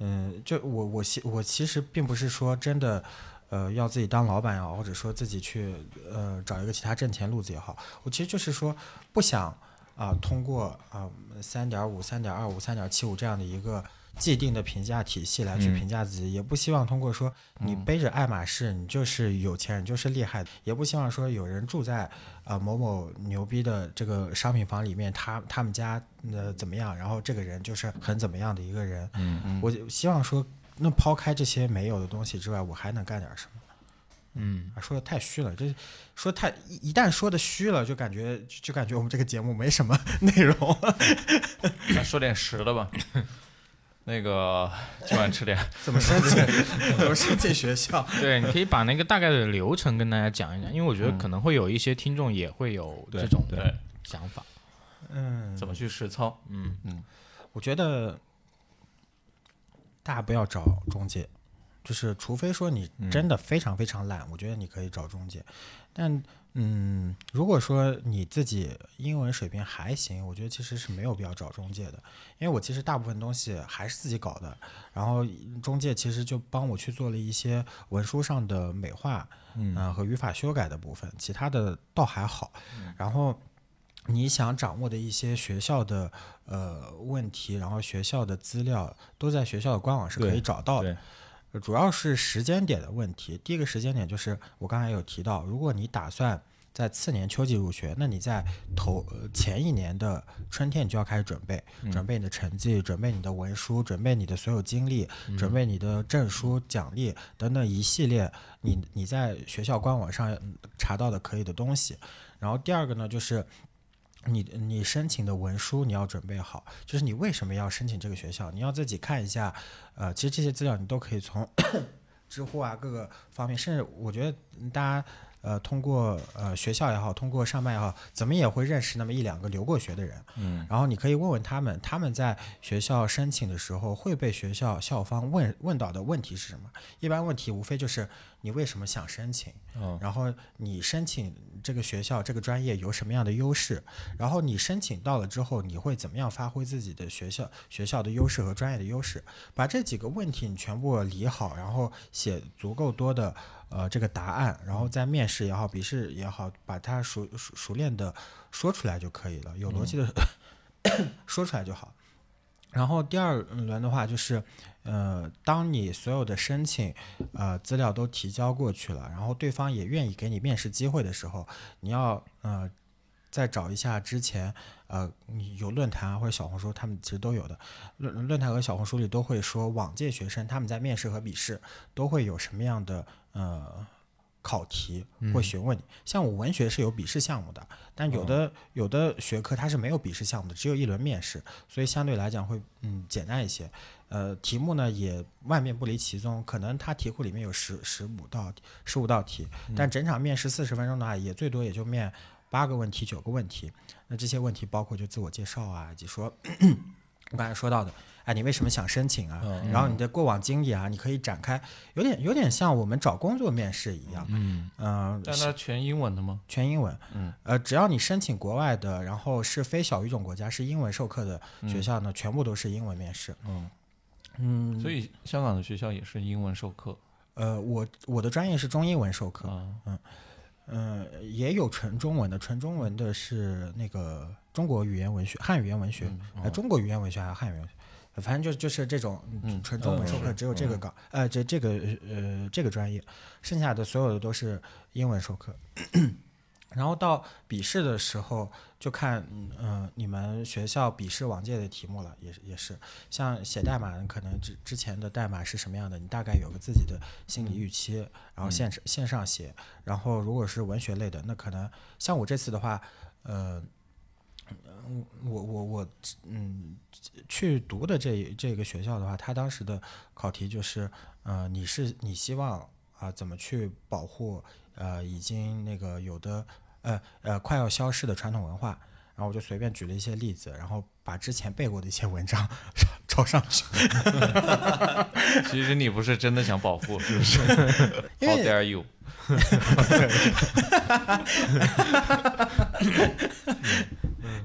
F: 嗯，就我我其我其实并不是说真的，呃，要自己当老板也好，或者说自己去呃找一个其他挣钱路子也好，我其实就是说不想啊、通过啊三点五、三点二五、三点七五这样的一个既定的评价体系来去评价自己，也不希望通过说你背着爱马仕，你就是有钱人，你就是厉害的，也不希望说有人住在啊、某某牛逼的这个商品房里面，他他们家呃怎么样，然后这个人就是很怎么样的一个人，
D: 嗯
C: 嗯
F: 我就希望说，那抛开这些没有的东西之外，我还能干点什么？
E: 嗯，
F: 啊说的太虚了，这说太一一旦说的虚了，就感觉就感觉我们这个节目没什么内容。
C: 那说点实的吧。那个今晚吃点，
F: 怎么申请？ 怎么申请学校？
E: 对，你可以把那个大概的流程跟大家讲一讲，因为我觉得可能会有一些听众也会有这种
D: 嗯对
C: 对
E: 想法。
F: 嗯，
C: 怎么去实操？
E: 嗯
F: 我觉得大家不要找中介，就是除非说你
D: 嗯
F: 真的非常非常懒，我觉得你可以找中介。但嗯，如果说你自己英文水平还行，我觉得其实是没有必要找中介的，因为我其实大部分东西还是自己搞的，然后中介其实就帮我去做了一些文书上的美化，嗯、和语法修改的部分，其他的倒还好。
D: 嗯
F: 然后你想掌握的一些学校的呃问题，然后学校的资料都在学校的官网是可以
D: 对
F: 找到 的
D: 对。
F: 呃主要是时间点的问题。第一个时间点就是我刚才有提到，如果你打算在次年秋季入学，那你在头呃前一年的春天你就要开始准备，准备你的成绩，准备你的文书，准备你的所有经历，准备你的证书、奖励等等一系列你你在学校官网上嗯查到的可以的东西。然后第二个呢，就是你你申请的文书你要准备好，就是你为什么要申请这个学校，你要自己看一下。呃，其实这些资料你都可以从 知乎啊各个方面，甚至我觉得大家呃通过呃学校也好，通过上班也好，怎么也会认识那么一两个留过学的人。嗯，然后你可以问问他们，他们在学校申请的时候会被学校校方问问到的问题是什么？一般问题无非就是你为什么想申请，
D: 哦
F: 然后你申请这个学校这个专业有什么样的优势，然后你申请到了之后，你会怎么样发挥自己的学校学校的优势和专业的优势？把这几个问题你全部理好，然后写足够多的呃这个答案，然后在面试也好，笔试也好，把它熟熟熟练的说出来就可以了，有逻辑的、 说出来就好。然后第二轮的话就是，呃，当你所有的申请，呃，资料都提交过去了，然后对方也愿意给你面试机会的时候，你要呃，再找一下之前，呃，你有论坛啊或者小红书，他们其实都有的，论论坛和小红书里都会说往届学生他们在面试和笔试都会有什么样的呃考题会询问你。像我文学是有笔试项目的，但有的、有的学科它是没有笔试项目的，只有一轮面试，所以相对来讲会嗯简单一些。呃，题目呢也万变不离其宗，可能它题库里面有十十五道十五道题，但整场面试四十分钟的话，也最多也就面八个问题九个问题。那这些问题包括就自我介绍啊，以及说 我刚才说到的，哎，你为什么想申请啊？然后你的过往经历啊，你可以展开，有点有点像我们找工作面试一样，嗯、
C: 但它全英文的吗？
F: 全英文。嗯，呃，只要你申请国外的，然后是非小语种国家是英文授课的学校呢，全部都是英文面试。
C: 所以香港的学校也是英文授课
F: 呃，我我的专业是中英文授课，
C: 啊。
F: 嗯、也有纯中文的，纯中文的是那个中国语言文学、汉语言文学，呃，中国语言文学还是汉语言文学。呃反正就就是这种
C: 嗯
F: 纯中文授课，只有这个岗，呃，这这个呃这个专业，剩下的所有的都是英文授课。然后到笔试的时候，就看嗯、呃你们学校笔试往届的题目了，也是也是像写代码，可能之之前的代码是什么样的，你大概有个自己的心理预期，然后线上线上写，然后如果是文学类的，那可能像我这次的话，呃，我我我，嗯，去读的这这个学校的话，他当时的考题就是，呃，你是你希望啊、怎么去保护呃已经那个有的呃呃快要消逝的传统文化？然后我就随便举了一些例子，然后把之前背过的一些文章 抄上去，
C: 其实你不是真的想保护，是不是
F: 因
C: ？How
F: 为
C: dare you？嗯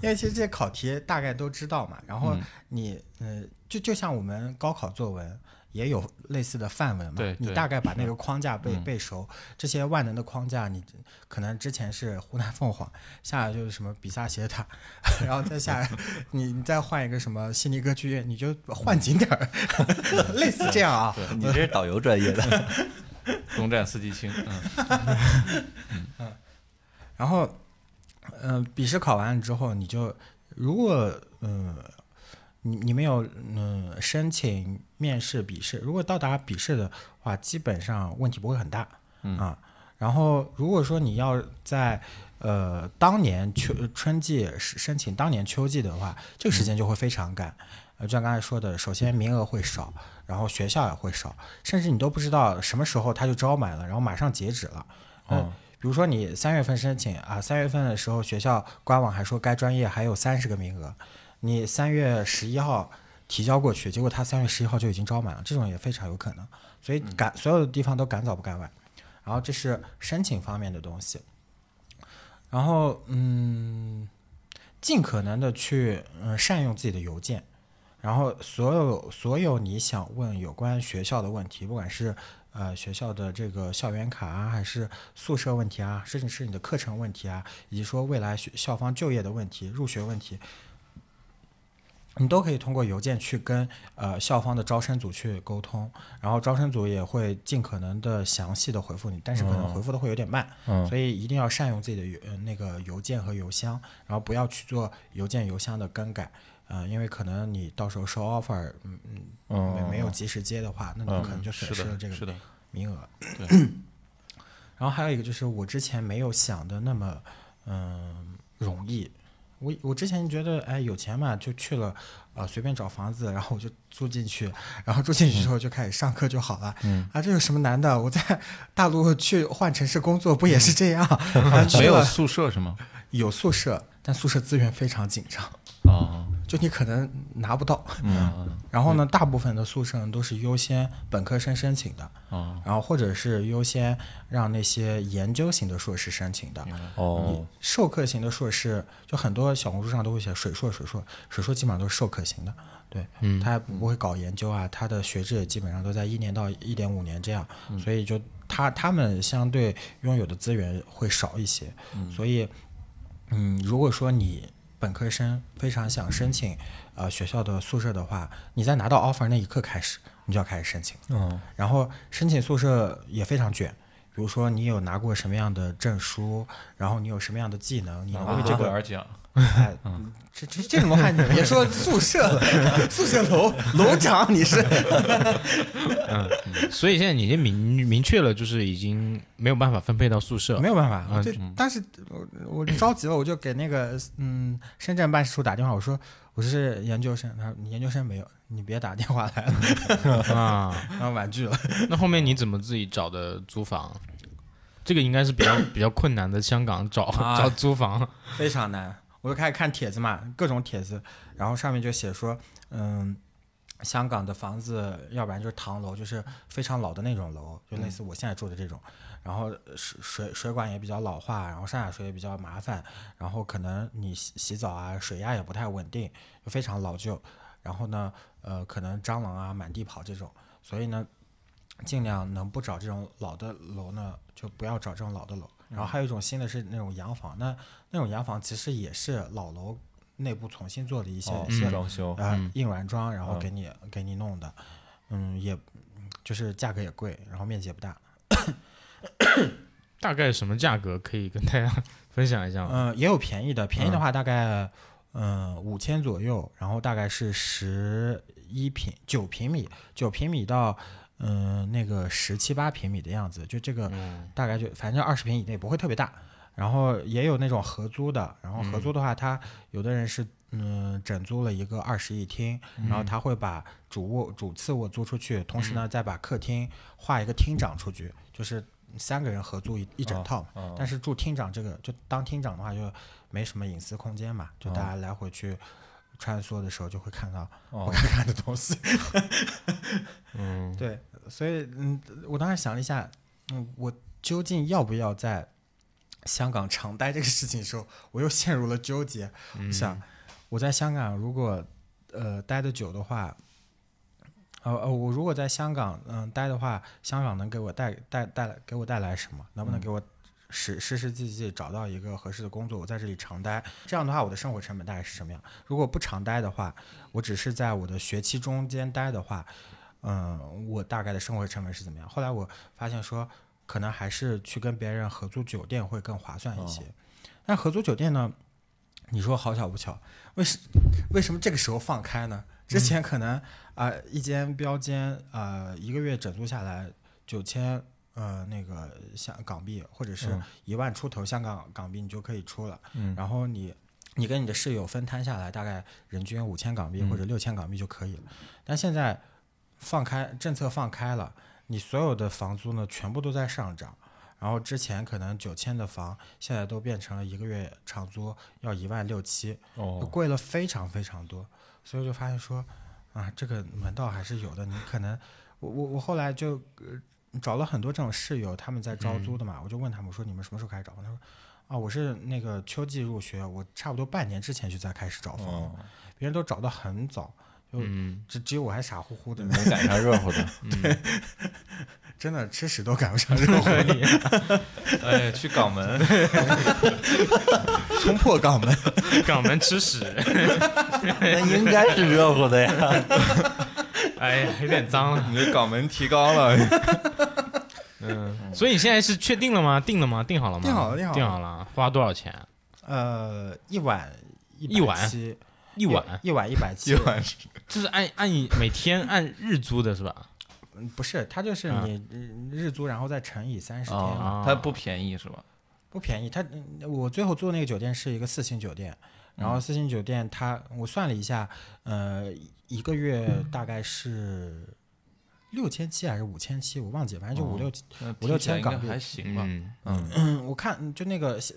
F: 因为其实这些考题大概都知道嘛，然后你呃，就就像我们高考作文也有类似的范文嘛
C: 对，嗯
F: 你
C: 对
F: 大概把那个框架背背熟，这些万能的框架，你可能之前是湖南凤凰，下来就是什么比萨斜塔， 然后再 下来你你再换一个什么悉尼歌剧院，你就换景点儿， 类似这样啊。
D: 你这是导游专业 的，
C: 东站四季青，嗯，
F: 然后，嗯、笔试考完了之后，你就如果嗯、呃你你们有嗯、呃申请面试、笔试，如果到达笔试的话，基本上问题不会很大、啊。然后，如果说你要在呃当年秋春季是申请当年秋季的话，这个时间就会非常赶。呃，就像刚才说的，首先名额会少，然后学校也会少，甚至你都不知道什么时候它就招满了，然后马上截止了。嗯，比如说你三月份申请啊，三月份的时候学校官网还说该专业还有三十个名额，你三月十一号提交过去，结果他三月十一号就已经招满了，这种也非常有可能。所以赶所有的地方都赶早不赶晚。然后这是申请方面的东西，然后嗯，尽可能的去嗯、呃善用自己的邮件。然后所有所有你想问有关学校的问题，不管是呃学校的这个校园卡啊，还是宿舍问题啊，甚至是你的课程问题啊，以及说未来学校方就业的问题、入学问题，你都可以通过邮件去跟呃校方的招生组去沟通，然后招生组也会尽可能的详细的回复你，但是可能回复的会有点慢，
D: 嗯
F: 所以一定要善用自己的邮、呃、那个邮件和邮箱，然后不要去做邮件、邮箱的更改。呃，因为可能你到时候收 offer，嗯嗯，没没有及时接的话，那你可能就
C: 嗯
F: 损
C: 是
F: 失了
C: 的，
F: 这个
C: 是的，
F: 名额。
C: 对
F: 然后还有一个就是我之前没有想的那么，嗯、容易。我我之前觉得，哎，有钱嘛，就去了，呃，随便找房子，然后我就住进去，然后住进去之后就开始上课就好了。嗯、啊，这有什么难的？我在大陆去换城市工作不也是 这样？啊，去
C: 没有
F: 了
C: 宿舍是吗？
F: 有宿舍，但宿舍资源非常紧张，
C: 啊，
F: 就你可能拿不到。
C: 嗯
F: 然后呢，大部分的宿舍呢都是优先本科生申请的，
C: 啊，
F: 然后或者是优先让那些研究型的硕士申请的。
D: 哦，
F: 授课型的硕士，就很多小红书上都会写水硕、水硕、水硕，基本上都是授课型的。对，
E: 嗯
F: 他不会搞研究啊，他的学制也基本上都在一年到一点五年这样，所以就他他们相对拥有的资源会少一些，所以，嗯，如果说你本科生非常想申请呃学校的宿舍的话，你在拿到 offer 那一刻开始，你就要开始申请了。
D: 嗯
F: 然后申请宿舍也非常卷，比如说你有拿过什么样的证书，然后你有什么样的技能，你能为这
C: 会
F: 个
C: 儿讲，
F: 哎，这这这种话你别说宿舍了，宿舍楼楼长你是
E: 所以现在你已经明明确了，就是已经没有办法分配到宿舍
F: 没。有办法，啊嗯我就当时我我着急了，我就给那个嗯深圳办事处打电话，我说我是研究生，他说你研究生没有，你别打电话来了，
E: 啊，
F: 然后婉拒了。
E: 那后面你怎么自己找的租房？这个应该是比较 比较困难的，香港找
D: 啊
E: 找租房，
F: 非常难。我就开始看帖子嘛，各种帖子，然后上面就写说，嗯，香港的房子，要不然就是唐楼，就是非常老的那种楼，就类似我现在住的这种。然后呃水水水管也比较老化，然后上下水也比较麻烦，然后可能你洗洗澡啊，水压也不太稳定，就非常老旧。然后呢，呃，可能蟑螂啊满地跑这种，所以呢，尽量能不找这种老的楼呢，就不要找这种老的楼。然后还有一种新的是那种洋房，那那种洋房其实也是老楼内部重新做的一些、
D: 哦
F: 一些
D: 装修，
F: 呃硬软装，然后给你、给你弄的，嗯，也就是价格也贵，然后面积也不大，
E: 大概什么价格可以跟大家分享一下吗？
F: 嗯、也有便宜的，便宜的话大概嗯五千左右，然后大概是十一平九平米，九平米到呃嗯、那个十七八平米的样子，就这个大概就反正二十平以内不会特别大。然后也有那种合租的，然后合租的话，他有的人是嗯、整租了一个二室一厅，然后他会把主卧主次卧租出去，同时呢再把客厅划一个厅长出去，就是三个人合租一一整套嘛。
D: 哦
F: 但是住厅长这个，就当厅长的话就没什么隐私空间嘛，就大家来回去穿梭的时候就会看到不
D: 哦
F: 该看的东西。
C: 嗯，
F: 对，所以嗯，我当时想了一下，嗯，我究竟要不要在香港常待这个事情的时候，我又陷入了纠结。我
D: 嗯
F: 想我在香港如果呃待得久的话。呃呃，我如果在香港嗯、待的话，香港能给我带带带来给我带来什么？能
D: 嗯
F: 不能给我实实实际际找到一个合适的工作？我在这里常待，这样的话我的生活成本大概是什么样？如果不常待的话，我只是在我的学期中间待的话，嗯，我大概的生活成本是怎么样？后来我发现说，可能还是去跟别人合租酒店会更划算一些。但合租酒店呢，你说好巧不巧，为什为什么这个时候放开呢？之前可能啊、一间标间啊、一个月整租下来九千呃那个香港币，或者是一万出头香港港币，你就可以出了。
D: 嗯
F: 然后你你跟你的室友分摊下来，大概人均五千港币或者六千港币就可以了。但现在放开政策放开了，你所有的房租呢全部都在上涨。然后之前可能九千的房，现在都变成了一个月长租要一万六七，
D: 哦，
F: 贵了非常非常多，所以我就发现说，啊，这个门道还是有的。你可能，我我我后来就、呃、找了很多这种室友，他们在招租的
E: 嗯
F: 嘛，我就问他们我说你们什么时候开始找房？他说，啊，我是那个秋季入学，我差不多半年之前就在开始找房，
D: 哦，
F: 别人都找得很早，就
E: 嗯，
F: 只只有我还傻乎乎的，
D: 没赶上热乎的，
F: 真的吃屎都赶不上热 乎，
D: 哎，去港门，
F: 冲破港门。
E: 港门吃屎，
D: 那应该是热乎的呀。
E: 哎呀，有点脏了。
D: 你这港门提高了，
E: 嗯，所以你现在是确定了吗？定了吗？定好了吗？
F: 定好了定好了
E: 定好了。花多少钱啊？
F: 呃，一晚
E: 一晚
F: 七，
E: 一
F: 一
E: 晚？
F: 一晚一百 七
D: 今，晚是
E: 这是按按你每天按日租的是吧？
F: 嗯不是，它就是
E: 啊
F: 你嗯日租，然后再乘以三十天嘛，
E: 啊
C: 它不便宜是吧？
F: 不便宜。它嗯我最后住那个酒店是一个四星酒店，然后四星酒店它我算了一下，呃，一个月大概是六千七还是五千七，我忘记，反正就五六
C: 那
F: 五六
C: 听起来
F: 千港
C: 应该
F: 币
C: 还行吧？
E: 嗯，
D: 嗯
F: 我看就那个这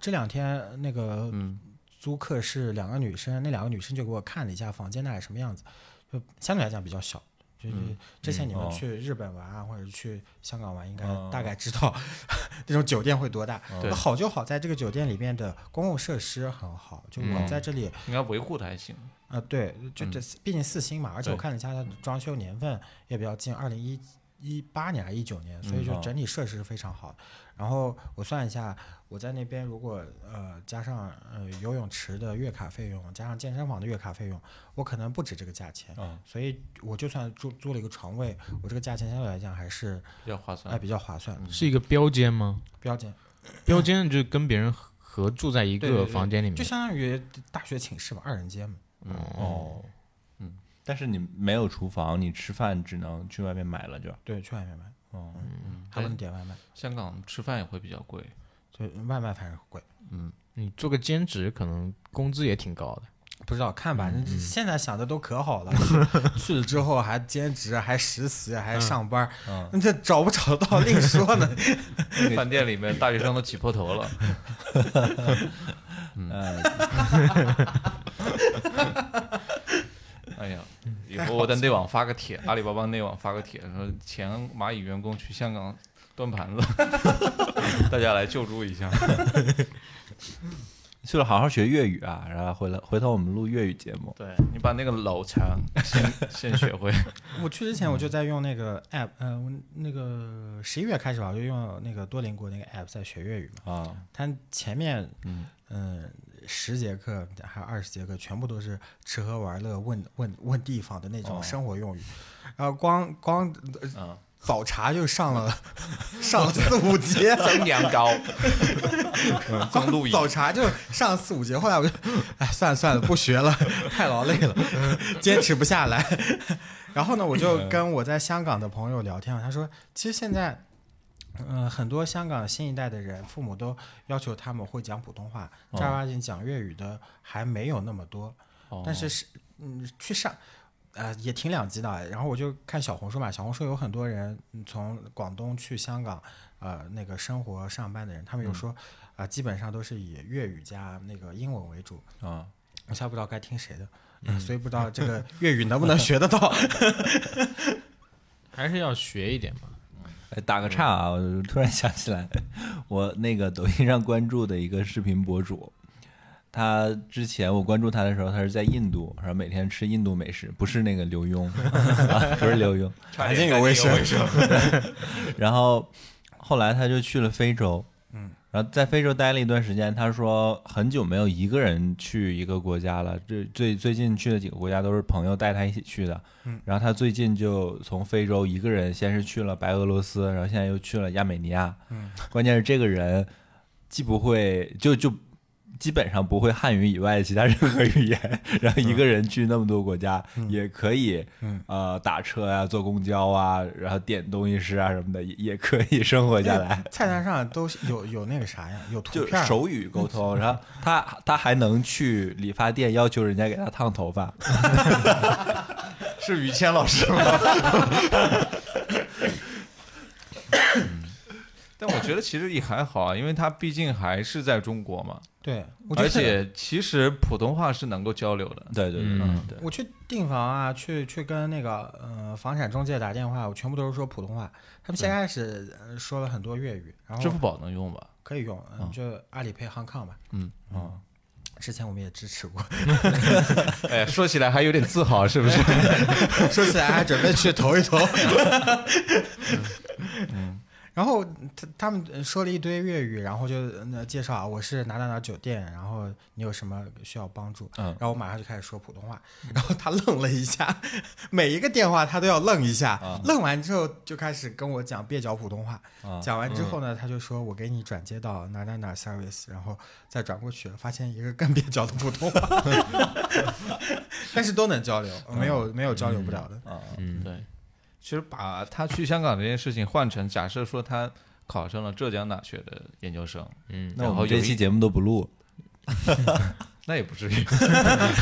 F: 这两天那个
D: 嗯
F: 租客是两个女生，那两个女生就给我看了一下房间大概什么样子，就相对来讲比较小。就是之前你
D: 嗯
F: 们
D: 哦
F: 去日本玩啊，或者去香港玩，应该
D: 哦
F: 大概知道 那种酒店会多大。
C: 对
F: 那好就好在这个酒店里面的公共设施很好，就我
C: 嗯
F: 在这里
C: 应该维护的还行。
F: 啊，对，就这毕竟四星嘛，而且我
C: 对
F: 看了一下它的装修年份也比较近，二零一一八年还是一九年，所以就
D: 哦
F: 整体设施是非常好的。然后我算一下，我在那边如果呃加上呃游泳池的月卡费用，加上健身房的月卡费用，我可能不止这个价钱。
D: 嗯
F: 所以我就算租租了一个床位，我这个价钱相对来讲还是
C: 比较划
F: 哎、
C: 算。
F: 比较划算的，
E: 是一个标间吗？
F: 标间
E: 标间就是跟别人合合住在一
F: 对对
E: 个
F: 对
E: 房间里面
F: 就。相当于大学寝室嘛，二人间嘛。
D: 哦，嗯， 但是你没有厨房，你吃饭只能去外面买了就。
F: 对，去外面买，
D: 哦，
F: 还不能点外卖，
C: 嗯香港吃饭也会比较贵，
F: 就外卖反正贵。
E: 你做个兼职，可能工资也挺高的。
F: 不知道看吧，
D: 嗯
F: 你现在想的都 可好了，去了之后还兼职，还实习，还上班，
D: 嗯
F: 那这找不找得到另 说呢。
C: 饭店里面大学生都挤破头 了。
D: 嗯，
C: 哎呀，以后我在内网发个帖，阿里巴巴内网发个帖，说前蚂蚁员工去香港端盘子， 大家来救助一下。
D: 去了好好学粤语啊，然后回来回头我们录粤语节目。
C: 对你把那个老墙先先学 会。
F: 我去之前我就
D: 嗯
F: 在用那个 app，呃，我那个十一月开始吧，我就用那个多邻国那个 app 在学粤语嘛。
D: 啊，
F: 它前面
D: 嗯
F: 嗯十节课还有二十节课，全部都是吃喝玩乐、问问问地方的那种
D: 哦
F: 生活用语，然后光光呃
D: 啊，
F: 早茶就上了 上了四五节。
C: 蒸羊羔， 蒸鹿
F: 嗯早茶就上四五节，后来我就，哎，算了算了，不学了， 太劳累了， 坚持不下来。 然后呢，我就跟我在香港的朋友聊天，他说，其实现在嗯、很多香港新一代的人，父母都要求他们会讲普通话，正儿八经讲粤语的还没有那么多。
C: 哦
F: 但是是嗯，去上呃也挺两极的。然后我就看小红书嘛，小红书有很多人嗯从广东去香港，呃，那个生活上班的人，他们就说啊、呃基本上都是以粤语加那个英文为主。
D: 啊，
F: 我现在不知道该听谁的，嗯、所以不知道这个粤语能不能学得到。
E: 还是要学一点嘛。
D: 哎打个岔啊，我突然想起来，我那个抖音上关注的一个视频博主，他之前我关注他的时候，他是在印度，然后每天吃印度美食，不是那个刘墉， 啊不是刘墉，
F: 环境有卫生，
D: 然后后来他就去了非洲，嗯，然后在非洲待了一段时间。他说很久没有一个人去一个国家了，这最最近去的几个国家都是朋友带他一起去的，嗯，然后他最近就从非洲一个人先是去了白俄罗斯，然后现在又去了亚美尼亚，嗯，关键是这个人既不会就就。基本上不会汉语以外其他任何语言，然后一个人去那么多国家、也可以，呃，打车啊，坐公交啊，然后点东西吃啊什么的，也也可以生活下来。
F: 菜单上都是有有那个啥呀，有图
D: 就
F: 片儿，
D: 手语沟通，然后他他还能去理发店要求人家给他烫头发，
B: 是于谦老师吗？
C: 但我觉得其实也还好啊，因为他毕竟还是在中国嘛，
F: 对，我觉
C: 而
F: 得
C: 且其实普通话是能够交流的。
D: 对对对、
E: 嗯
D: 对，
F: 我去订房啊，去去跟那个呃房产中介打电话，我全部都是说普通话。他们先开始呃说了很多粤语，然
C: 支
F: 后
C: 付宝能用吧？
F: 可以用，嗯，就阿里配 Hong Kong 嘛。
C: 嗯
F: 嗯，之前我们也支持过，
C: 哎呀，说起来还有点自豪，是不是？
F: 说起来还准备去投 一投。
D: 嗯
F: 然后他他们说了一堆粤语，然后就那介绍啊，我是哪哪哪酒店，然后你有什么需要帮助，
D: 嗯
F: 然后我马上就开始说普通话，然后他愣了一下， 每一个电话他都要愣一下，愣完之后就开始跟我讲蹩脚普通话，
D: 啊
F: 讲完之后呢，他就说我给你转接到哪哪哪 service，然后再转过去，发现一个更蹩脚的普 通话，但是都能交流，没有没有交流不了的，
E: 嗯，
C: 对，其实把他去香港这件事情换成假设说他考上了浙江大学的研究生，
E: 嗯，
D: 那我
C: 然后
D: 们
C: 有
D: 这
C: 一
D: 期节目都不录，
C: 那也不至于。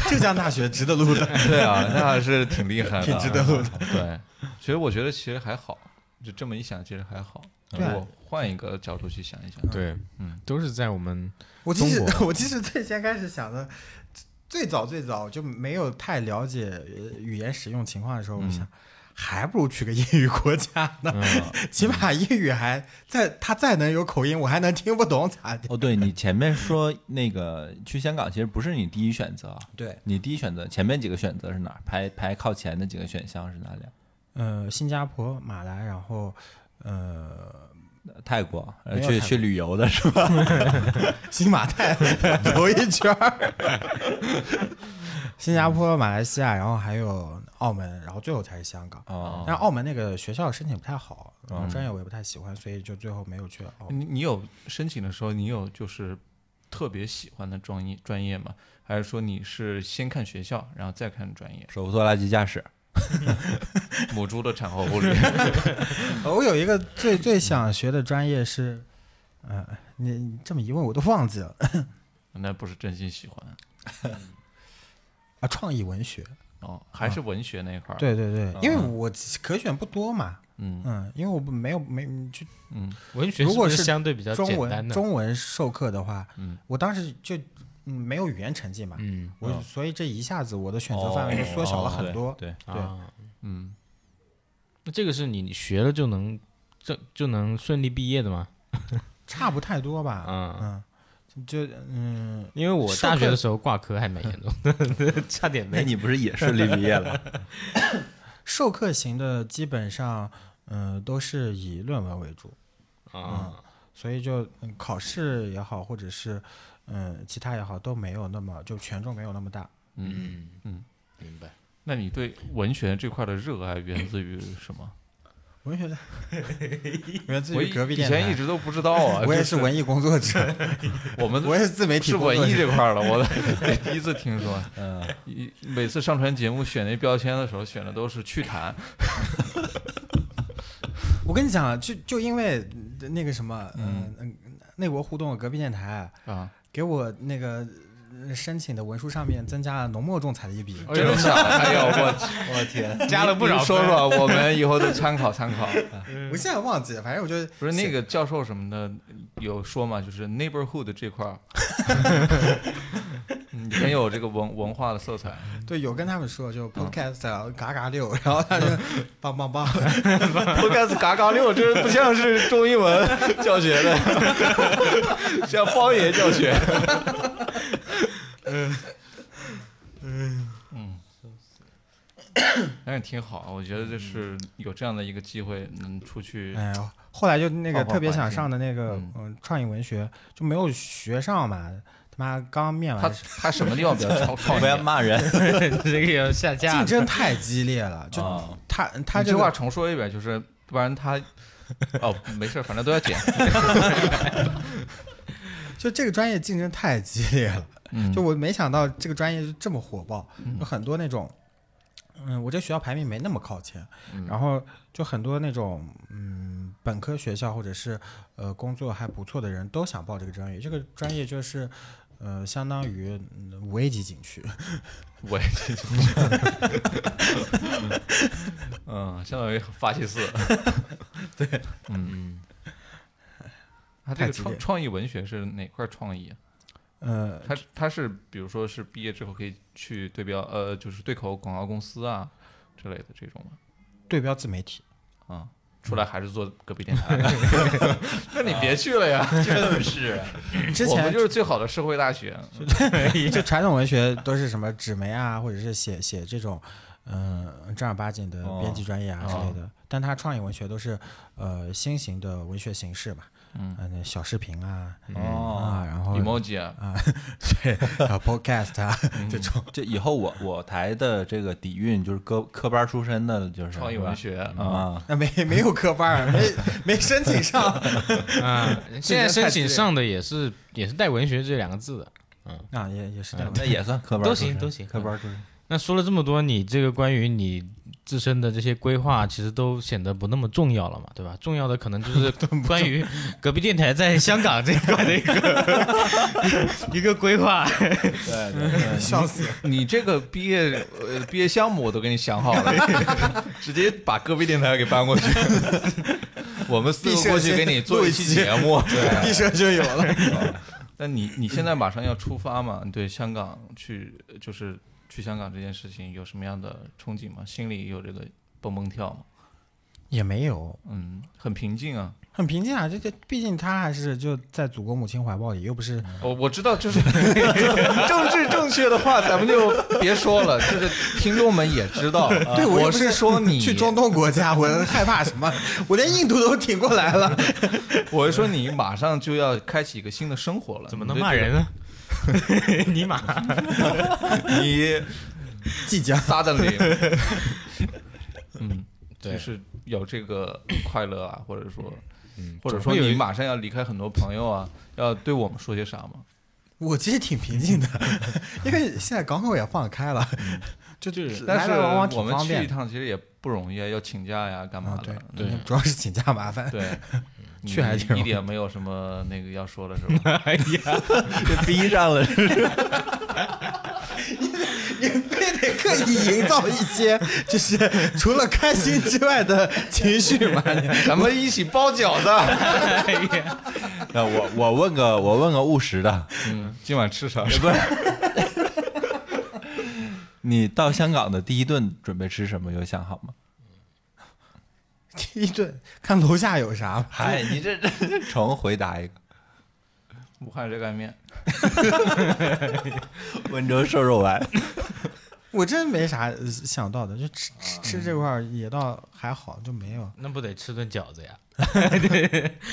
F: 浙江大学值得录的。
C: 对啊，那还是 挺厉害的，啊
F: 挺值得录的。
C: 对，其实我觉得其实还好，就这么一想，其实还好。如
F: 对啊
C: 果换一个角度去想一想，
E: 对，
C: 嗯
E: 都是在我们
F: 我其实
E: 中
F: 我其实最先开始想的，最早最早就没有太了解呃语言使用情况的时候，我想。 还不如去个英语国家呢，起码英语还再他再能有口音，我还能听不懂咋的？
D: 哦，对你前面说那个去香港其实不是你第一选
C: 啊
D: 择，
F: 对，
D: 你第一选择前面几个选择是哪儿？排排靠前的几个选项是哪里啊？
F: 呃，新加坡、马来，然后呃，
D: 泰国，呃
F: 没有
D: 去
F: 泰国
D: 去旅游的是吧？
F: 新马泰走一圈儿， 新加坡、马来西亚，然后还有澳门，然后最后才是香港。
C: 啊
D: 哦，？
F: 但澳门那个学校申请不太好，然后专业我也不太喜欢，所以就最后没有去澳门。
C: 你你有申请的时候，你有就是特别喜欢的专业专业吗？还是说你是先看学校，然后再看专业
D: 手无拖拉机驾驶，
C: 母猪的产后 护理，
F: 呃我有一个最最想学的专业是，呃，你你这么一问我都忘记了
C: 那不是真心喜欢
F: 啊，创意文学。
C: 哦，还是文学那一块儿。，
F: 啊对对对，因为我可选不多嘛，
C: 嗯
F: 嗯，因为我没有没就
C: 嗯，
E: 文学，
F: 如果是
E: 是相对比较
F: 中
E: 简单
F: 文
E: 的，
F: 中文授课的话，
C: 嗯
F: 我当时就嗯没有语言成绩嘛，
E: 嗯
F: 我所以这一下子我的选择范围就缩小了很多。
D: 哦对对
F: 对
E: 啊，
C: 嗯，
E: 那这个是你你学了就能这就能顺利毕业的吗？
F: 差不太多吧，
E: 啊，
F: 嗯，就嗯，
E: 因为我
F: 授
E: 大
F: 课
E: 学的时候挂科还蛮严重的， 差点
D: 那
E: 没
D: 你不是也顺利毕业 了？
F: 授课型的基本上嗯、都是以论文为主，
E: 啊，
F: 所以就、嗯、考试也好，或者是嗯其他也好，都没有那么就权重没有那么大。
E: 嗯
C: 嗯，
E: 明白。
C: 那你对文学这块的热爱源自于什么？
F: 文 学的，源自
C: 我
F: 于
C: 以
F: 隔壁
C: 以
F: 电
C: 前一
F: 台。
C: 直都不知道啊，
F: 我也
C: 就是是
F: 文艺工 作者，
C: 我们
F: 我也是自媒体
C: 是
F: 工作者。
C: 文艺这块 儿了，我的第一次听说。
D: 嗯，
C: 一每次上传节目选那标签的时候，选的都是趣谈。
F: 啊我跟你讲，就就因为那个什么，嗯、呃，内国互动隔壁电台
E: 啊，
F: 给我那个呃申请的文书上面增加了浓墨重彩的一笔。
C: 真的 假的？哎呦我
D: 我天，
E: 加了不少
C: 你
E: 分
C: 说说，我 们以后都参考参 考。
F: 我现在忘记了，反正我就
C: 不是那个教授什么的有说嘛，就是 neighborhood 这 块儿，嗯很有这个文文化的色彩。
F: 对有跟他们说，就
C: 嗯
F: podcast 啊嘎嘎六，然后他 就棒棒棒，
C: Podcast 嘎嘎六，这不像是中英文教学的，像方言教学。嗯嗯，但是挺好，我觉得这是有这样的一个机会，能出去。
F: 哎呦，后来就那个
C: 换换
F: 特别
C: 环
F: 想
C: 境
F: 上的那个
C: 嗯
F: 嗯创意文学就没有学上嘛，他妈刚面
C: 他
F: 完
C: 他什么地方比较超超
D: 不要骂人
E: 这个要下架
F: 嗯竞。争太激烈了，就
D: 啊！
F: 他他
C: 你
F: 这
C: 这话
F: 个
C: 重说一遍，就是不然他哦没事儿，反正都要 剪。
F: 就这个专业竞争太激烈了，
C: 嗯
F: 就我没想到这个专业是这么火爆，有很多那种。嗯，我这学校排名没那么靠前，
C: 嗯
F: 然后就很多那种嗯本科学校或者是呃工作还不错的人都想报这个专业，这个专业就是呃相当于嗯五 A 级景区，
C: 我也这种。嗯，相当于发泄四。对，嗯。他这
F: 太
C: 个
F: 激烈
C: 创创意文学是哪块创意啊？
F: 呃
C: 他他是比如说是毕业之后可以去对标呃，就是对口广告公司啊之类的这种吗？
F: 对标自媒体。
C: 啊，出来还是做隔壁电台？ 那你别去了呀！
D: 就是
F: 之
C: 我们
F: 前
C: 就是最好的社会大学。
F: 就传统文学都是什么纸媒啊，或者是写写这种，嗯、正儿八经的
D: 哦
F: 编辑专业啊之类的。但他创意文学都是呃新型的文学形式嘛，
C: 嗯
F: 呃，那小视频啊，啊，
D: 哦，
F: 然后
C: emoji 啊，
F: 对，啊 podcast 啊，这种
D: 这以后我我台的这个底蕴就是科科班出身的，就是
C: 创意文学
D: 是
C: 啊，
D: 吧啊，
F: 那没没有科班儿，没没申请上
E: 啊，现在申请上的也是也是带文学这两个字的。
F: 啊，也也是这样
D: 那也算科班
E: 都
D: 出身
E: 行都行
D: 科
C: 嗯
D: 班出身。
E: 那说了这么多，你这个关于你自身的这些规划，其实都显得不那么重要了嘛，对吧？重要的可能 就是关于隔壁电台在香港这一块的一个 一个规划。
D: 对对对，
F: 笑死，
C: 你这个毕业呃毕业项目我都给你想好了， 直接把隔壁电台给搬过去， 我们四个过去给你做一期节目。对，
F: 地社就有了。
C: 但你你现在马上要出发嘛？你对香港去就是去香港这件事情有什么样的憧憬吗？心里有这个蹦蹦跳吗？
F: 也没有，
C: 嗯，很平静啊。
F: 很平静啊，这这，毕竟他还是就在祖国母亲怀抱里，又不是
C: 我我知道，就是 政治正确的话，咱们就别说了，就是听众们也知道。
F: 对，
C: 我
F: 又不
C: 是说你
F: 去中东国 家，我害怕什么？我连印度都挺过来了。
C: 我是说你马上就要开启一个新的生活了，
E: 怎么能骂人呢？ 尼玛！
C: 你
F: 即将，
C: 撒的脸，嗯，
E: 对
C: 就是有这个快乐啊，或者说，
E: 嗯
C: 或者
E: 总
C: 说
E: 会有
C: 你
E: 一
C: 马上要离开很多朋友啊，要对我们说些啥吗？
F: 我其实挺平静的，因为现在港口也放开了，就就是
C: 但
F: 来来往往
C: 是我
F: 挺
C: 们
F: 方
C: 去一
F: 便
C: 趟其实也不容易，啊，要请假呀，干嘛
F: 啊。
C: 的
F: 对？
C: 对
E: 对
F: 主要是请假麻烦。
C: 对，
F: 去还挺
C: 你一点没有什么那个要说的是吧？
E: 哎呀，
D: 逼上了，
F: 你非得刻意营造一些， 就是 除了开心之外的情绪嘛？
C: 咱们一起包饺子，
D: 那我我问个我问个务实的，
C: 嗯，今晚吃啥？
D: 不是。你到香港的第一顿准备吃什么？有想好吗？
F: 第一顿看楼下有啥吧。
D: 嗨，你这这 重回答一个
C: 武汉热干面，
D: 温州瘦肉丸。
F: 我真没啥呃想到的，就吃吃吃这块儿也倒还好，就没有。
E: 那不得吃顿饺子呀？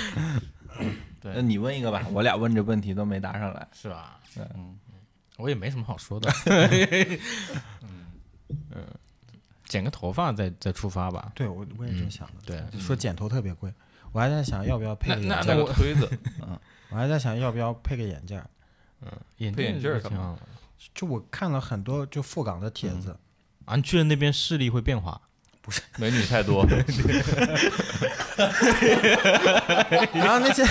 D: 那你问一个吧，我俩问这问题都没答上来。
E: 是吧？
C: 嗯，
E: 我也没什么好说 的。嗯，剪个头发再再出发吧。
F: 对我我也真想了。
E: 对，
F: 说剪头特别贵，我还在想要不要配
E: 那
F: 个
E: 那
F: 眼镜
C: 加
F: 儿，
C: 个推子，嗯，
F: 我还在想要不要配个眼镜儿。
E: 眼
C: 配眼镜儿
E: 挺
C: 干嘛
E: 好的
F: 就我看了很多就赴港的帖子，
E: 啊，你去了那边视力会变化。
F: 不
C: 美女太多，
F: 然后那些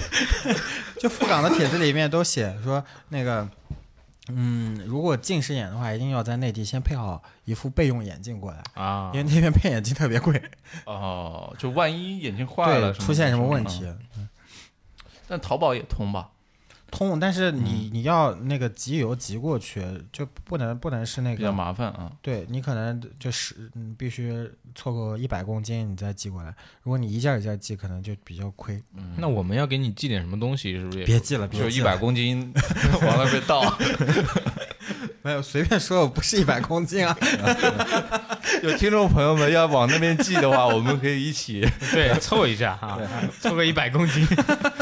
F: 就赴港的帖子里面都写说那个，嗯，如果近视眼的话，一定要在内地先配好一副备用眼镜过来，
E: 啊
F: 因为那边配眼镜特别贵，
C: 哦，就万一眼睛坏
F: 对，
C: 了，
F: 出现什么问题？
C: 但淘宝也通吧？
F: 通，但是你你要那个集邮集过去，就不能不能是那
C: 比较
F: 个，
C: 麻烦啊。
F: 对你可能就是嗯必须凑够一百公斤你再寄过来，如果你一件一件寄，可能就比较亏。
E: 那我们要给你寄点什么东西，是不是也？
F: 别寄了，
C: 就
F: 别
C: 一
F: 寄
C: 百
F: 了，
C: 公 斤往那边倒，
F: 没有随便说，我不是一百公 斤啊，
C: 有听众朋友们要往那边寄的话，我们可以一起。
E: 对，凑一下哈，凑个一百公 斤，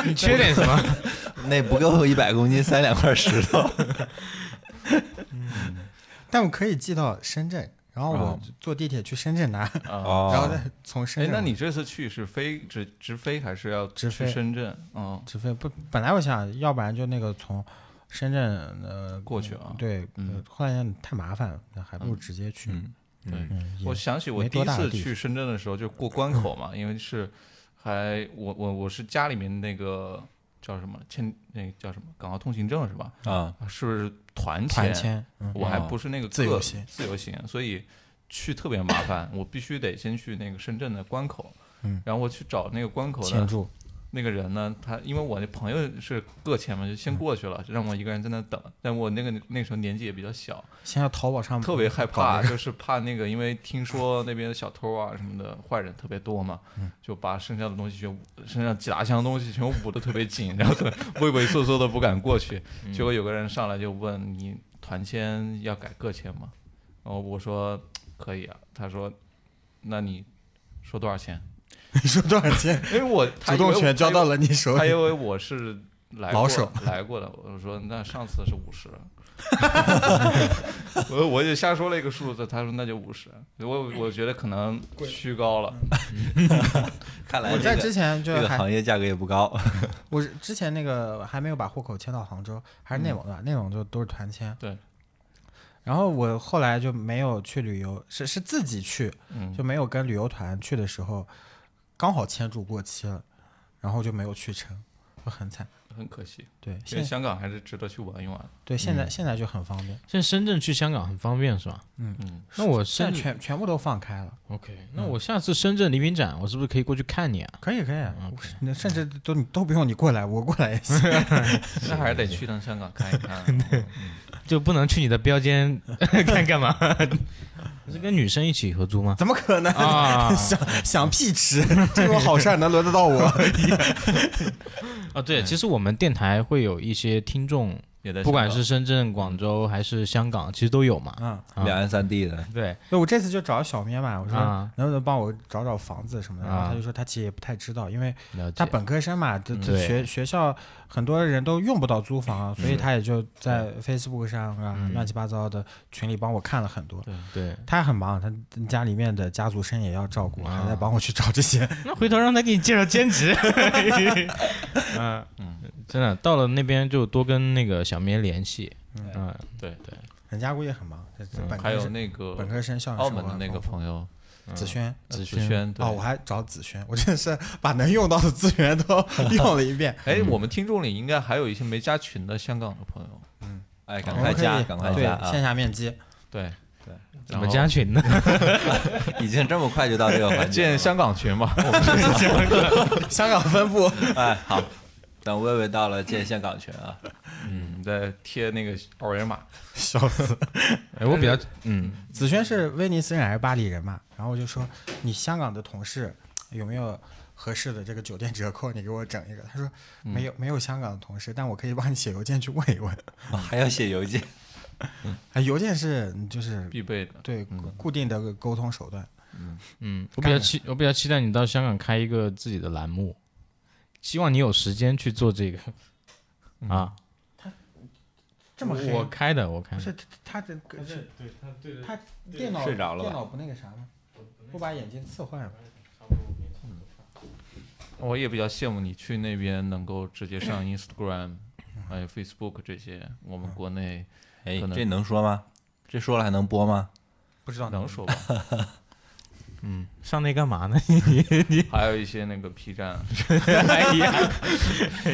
E: 你缺点什么？
D: 那不够一百公斤，三两块石头。
F: 但我可以寄到深圳，然后我
D: 啊
F: 坐地铁去深圳拿，
C: 哦，
F: 然后
D: 哦，
F: 再从 深
C: 哎，
F: 圳
C: 那
F: 往。
C: 你这次去是飞直直飞还是要
F: 直
C: 去
F: 飞
C: 深圳？嗯，
F: 直飞不？本来我想要不然就那个从深圳呃
C: 过去啊
F: 对，
C: 嗯
F: 呃后来想太麻烦了，那还不如直接去。
D: 嗯
C: 对。
F: 嗯，也
C: 我想起我
F: 没
C: 第
F: 多
C: 一
F: 大的
C: 次
F: 地
C: 去深圳的时候，就过关口嘛，因为是还我我我是家里面那个叫什么签那个叫什么港澳通行证是吧？
D: 啊，
C: 啊是团
F: 团签，嗯，
C: 我还
D: 哦
C: 不是那个
F: 自
C: 个
F: 由行
C: 自由行，所以去特别麻烦，我必须得先去那个深圳的关口，
F: 嗯
C: 然后我去找那个关口
F: 签
C: 的
F: 注，
C: 那个人呢，他因为我那朋友是个签嘛，就
F: 嗯
C: 先过去了，就让我一个人在那等，但我那个那时候年纪也比较小，
F: 先要淘宝上
C: 特别害
F: 搞
C: 嗯 怕，
F: 那个
C: 就是怕那个，因为听说那边的小偷啊什么的坏人特别多嘛，就把身上的东西全捂身上几大箱东西全捂得特别 紧，然后特畏畏缩缩的不敢过去。结果有个人上来就问你团签要改个签吗？然后我说可以啊，他说那你说多少钱？
F: 你说多少钱？
C: 因为哎我
F: 主动权交到，了你手
C: 他以为他以为
F: 里，
C: 我是。来
F: 老
C: 过
F: 手
C: 来过的，我说那上次是五 十，我我就瞎说了一个数字，他说那就五十，我我觉得可能虚高了，
D: 看来
F: 我在
D: 这个
F: 之前就
D: 这个
F: 还
D: 行业价格也不高。
F: 我是之前那个还没有把户口迁到杭州，还
D: 嗯
F: 是内蒙的吧，内蒙就都是团签。
C: 对。
F: 然后我后来就没有去旅游，是是自己去，
C: 嗯，
F: 就没有跟旅游团去的时候，刚好签注过期了，然后就没有去成，就很惨。
C: 很可惜。
F: 对，
C: 因为
F: 现
C: 香港还是值得去玩一玩。
F: 对
D: 嗯
F: 现在、现在就很方便，
E: 现在深圳去香港很方便是吧？
C: 嗯，
E: 那我
F: 现
E: 深
F: 在
E: 圳
F: 全全部都放开了，
E: OK，那我下次深圳礼品展，我是不是可以过去看你啊？
F: 可以可以，
D: 嗯
E: OK
F: 那甚至都你都不用你过来，我过来也行。
C: 那还是得去趟香港看一啊嗯看。
E: 就不能去你的标 间看干嘛？是跟女生一起合租吗？
F: 怎么可能？
E: 啊
F: 想想屁吃， 这种好事儿能轮得 到我？
E: 啊，对，其实我们电台会有一些听众，
C: 也在香港
E: 不管是深圳、广州还是香港，其实都有嘛。
F: 嗯，
E: 啊
D: 两岸三地的，
E: 对，
F: 对，我这次就找小咩嘛，我说
E: 啊
F: 能不能帮我找找房子什么的，然后
E: 啊
F: 他就说他其实也不太知道，因为
E: 了解。
F: 他本科生嘛，这这
E: 对
F: 学学校很多人都用不到租房啊，所以他也就在 Facebook 上啊
E: 嗯
F: 乱七八糟的群里帮我看了很多。
E: 对，
F: 他很忙，他家里面的家族生也要照顾，
E: 啊
F: 还在帮我去找这些。
E: 那 回头让他给你介绍兼 职。嗯真的，到了那边就多跟那个小咩联系。嗯，
C: 对对，
F: 人家估计很忙，这这本
C: 还
F: 科
C: 有
F: 生
C: 那个
F: 本科生校园
C: 澳
F: 生
C: 门
F: 活
C: 的那
F: 很
C: 个
F: 丰富
C: 朋友
E: 嗯
F: 子轩。
C: 子
E: 轩
C: 轩，对
F: 哦，我还找子轩，我真的是把能用到的资源都 用了一遍。
C: 哎，我们听众里应该还有一些没加群的香港的朋友。
D: 哎，赶
F: 我
D: 快
F: 们可
D: 加，
F: 以
D: 赶快
F: 对
D: 加啊
F: 线！下面基，
C: 对
D: 对，
E: 怎么加 啊群呢？
D: 已经这么快就到这个 环节
C: 建
D: 了，
C: 香港群 嘛？我们是
F: 香港分 部
D: 哎，好，等薇薇到了建香港群 啊，
C: 嗯，在贴那个二维码。
F: 笑死。
E: 哎，我比较嗯，
F: 子轩是威尼斯人还是巴黎人嘛？然后我就说，你香港的同事有没有合适的这个酒店折扣？你给我整一个。他说没有，没有香港的同事，但我可以帮你写邮件去问一问。
D: 哦还要写邮件，
F: 啊，邮件是就是
C: 必备的。
F: 对固固定的沟通手段。
E: 嗯，我比较期，我比较期待你到香港开一个自己的栏目，希望你有时间去做这个。啊，
F: 这么黑？
E: 我开的，我开
F: 不
E: 的。
F: 是他他这个是，对他对电脑
D: 睡着了吧
F: 电脑不那个啥吗？不把眼睛刺坏了吗？
C: 我也比较羡慕你去那边能够直接上 Instagram，还有 Facebook 这些，我们国内
D: 哎，
C: 可能
D: 这能说吗？这说了还能播吗？
C: 嗯
F: 不知道
C: 能说吧？
D: 嗯，
E: 上那干嘛呢？
C: 还有一些那个 P 站，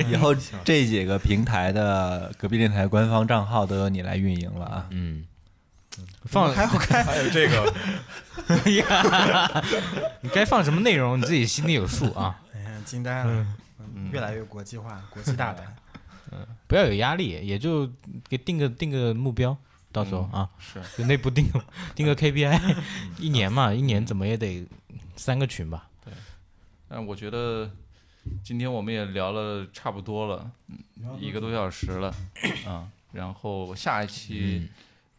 D: 以后这几个平台的隔壁电台官方账号都由你来运营了啊。
E: 嗯，放
F: 还好看，
C: 还有这个
E: 你该放什么内容，你自己心里有数啊，
F: 哎呀，惊呆了，嗯越来越国际化，国际大胆。
E: 不要有压力，也就给定个定个目标，到时候啊，
C: 是
E: 就内部定个 定个 KPI，一 年嘛，一年怎么也得三个群吧。
C: 但我觉得今天我们也聊了差不多了，嗯一个多小时了，啊，然后下一期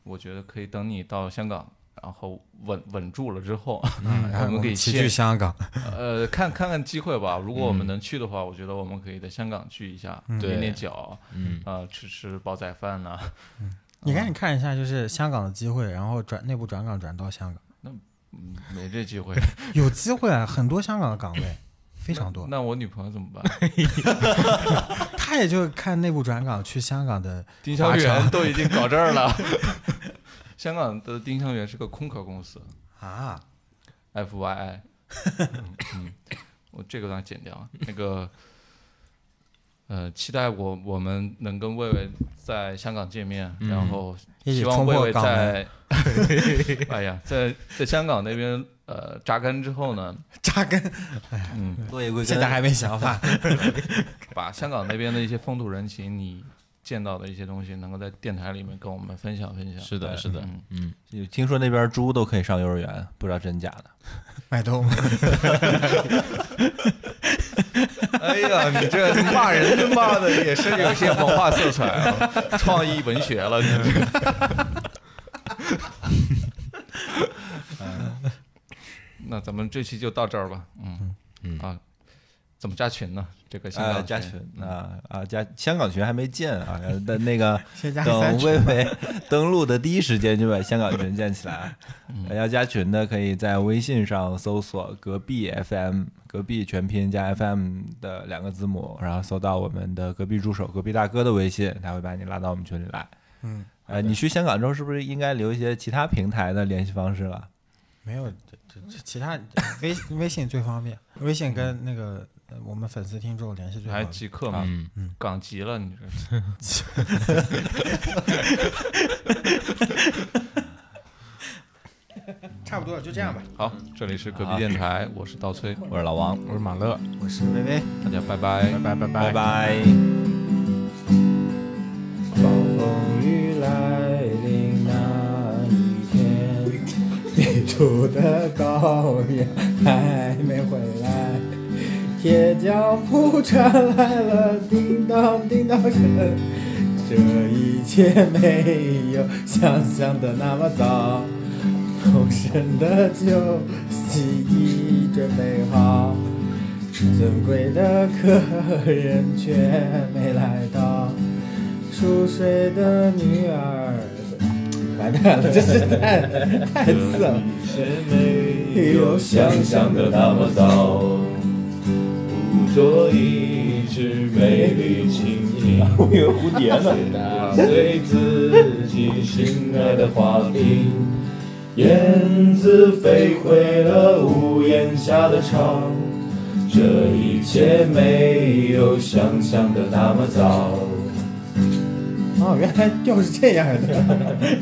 C: 我觉得可以等你到香港，然后稳稳住了之后，
F: 然后
C: 我们可以
F: 齐
C: 线
F: 聚香港，
C: 呃，看看看机会吧。如果我们能去的话，我觉得我们可以在香港去一下，
E: 对
C: 练练脚，
E: 嗯，
C: 啊，吃吃煲仔饭呐。
F: 你
C: 嗯
F: 赶紧看一下，就是香港的机会，然后转内部转岗转到香港，
C: 嗯，没这机会，
F: 有机会啊，很多香港的岗位，非常多。
C: 那我女朋友怎么办？
F: 他也就看内部转岗去香港的，
C: 丁香园都已经搞这儿了， 香港的丁香园是个空壳公司
F: 啊，
C: ，FYI。嗯，我这个让剪掉啊。那个，呃，期待我我们能跟魏魏在香港见面，然后
F: 一起
C: 希望
F: 冲
C: 魏
F: 破
C: 魏
F: 港门，
C: 在， 哎呀，在在香港那边呃扎根之后呢，
F: 扎根。
C: 嗯，
D: 落叶归根，
F: 现在还没想法，
C: 把香港那边的一些风土人情，你见到的一些东西，能够在电台里面跟我们分享分享。
E: 是的，是的，
C: 嗯，
E: 嗯，
D: 有听说那边猪都可以上幼儿园，不知道真假的。
F: 买通。
C: 哎呀，你这骂人骂的也是有些文化色彩啊，创意文学了，你这个。 嗯那咱们这期就到这儿吧，嗯
E: 嗯
C: 啊，怎么加群呢？这个香
D: 啊，
C: 港
D: 加群啊啊加香港群还没建啊，但那个
F: 先加三
D: 等
F: 群
D: 魏魏登录的第一时间就把香港群建起来。呃要加群的可以在微信上搜索“隔壁 FM”，隔壁全拼加 FM 的两个字母，然后搜到我们的隔壁助手、隔壁大哥的微信，他会把你拉到我们群里来。
F: 嗯，
D: 呃，你去香港之后是不是应该留一些其他平台的联系方式了？
F: 没有，这这这其他微微信最方便，微信跟那个呃我们粉丝听众联系最
C: 还
F: 方便。
C: 极客嘛，
E: 嗯
C: 港籍了，你这是。
F: 差不多了，就这样吧。
C: 好，这里是隔壁电台，我是刀崔，
D: 我是老王，
E: 我是马乐，
F: 我是薇薇。
C: 大家拜拜。
E: 拜拜拜
D: 拜拜。
B: 暴风雨来临那一天，迷 途的羔羊还没回来，铁匠铺传来了叮当叮当声，这一切没有想象的那么糟，丰盛的酒席已准备好。尊贵的客人却没来到，熟睡的女儿，完蛋 了，这是太太次了。没有想象的那么糟，捕捉一只美丽蜻蜓，我以为蝴蝶呢，打碎自己心爱的花瓶，燕子飞回了屋檐下的巢。这一切没有想象的那么糟。
F: 哦，原来调是这样的。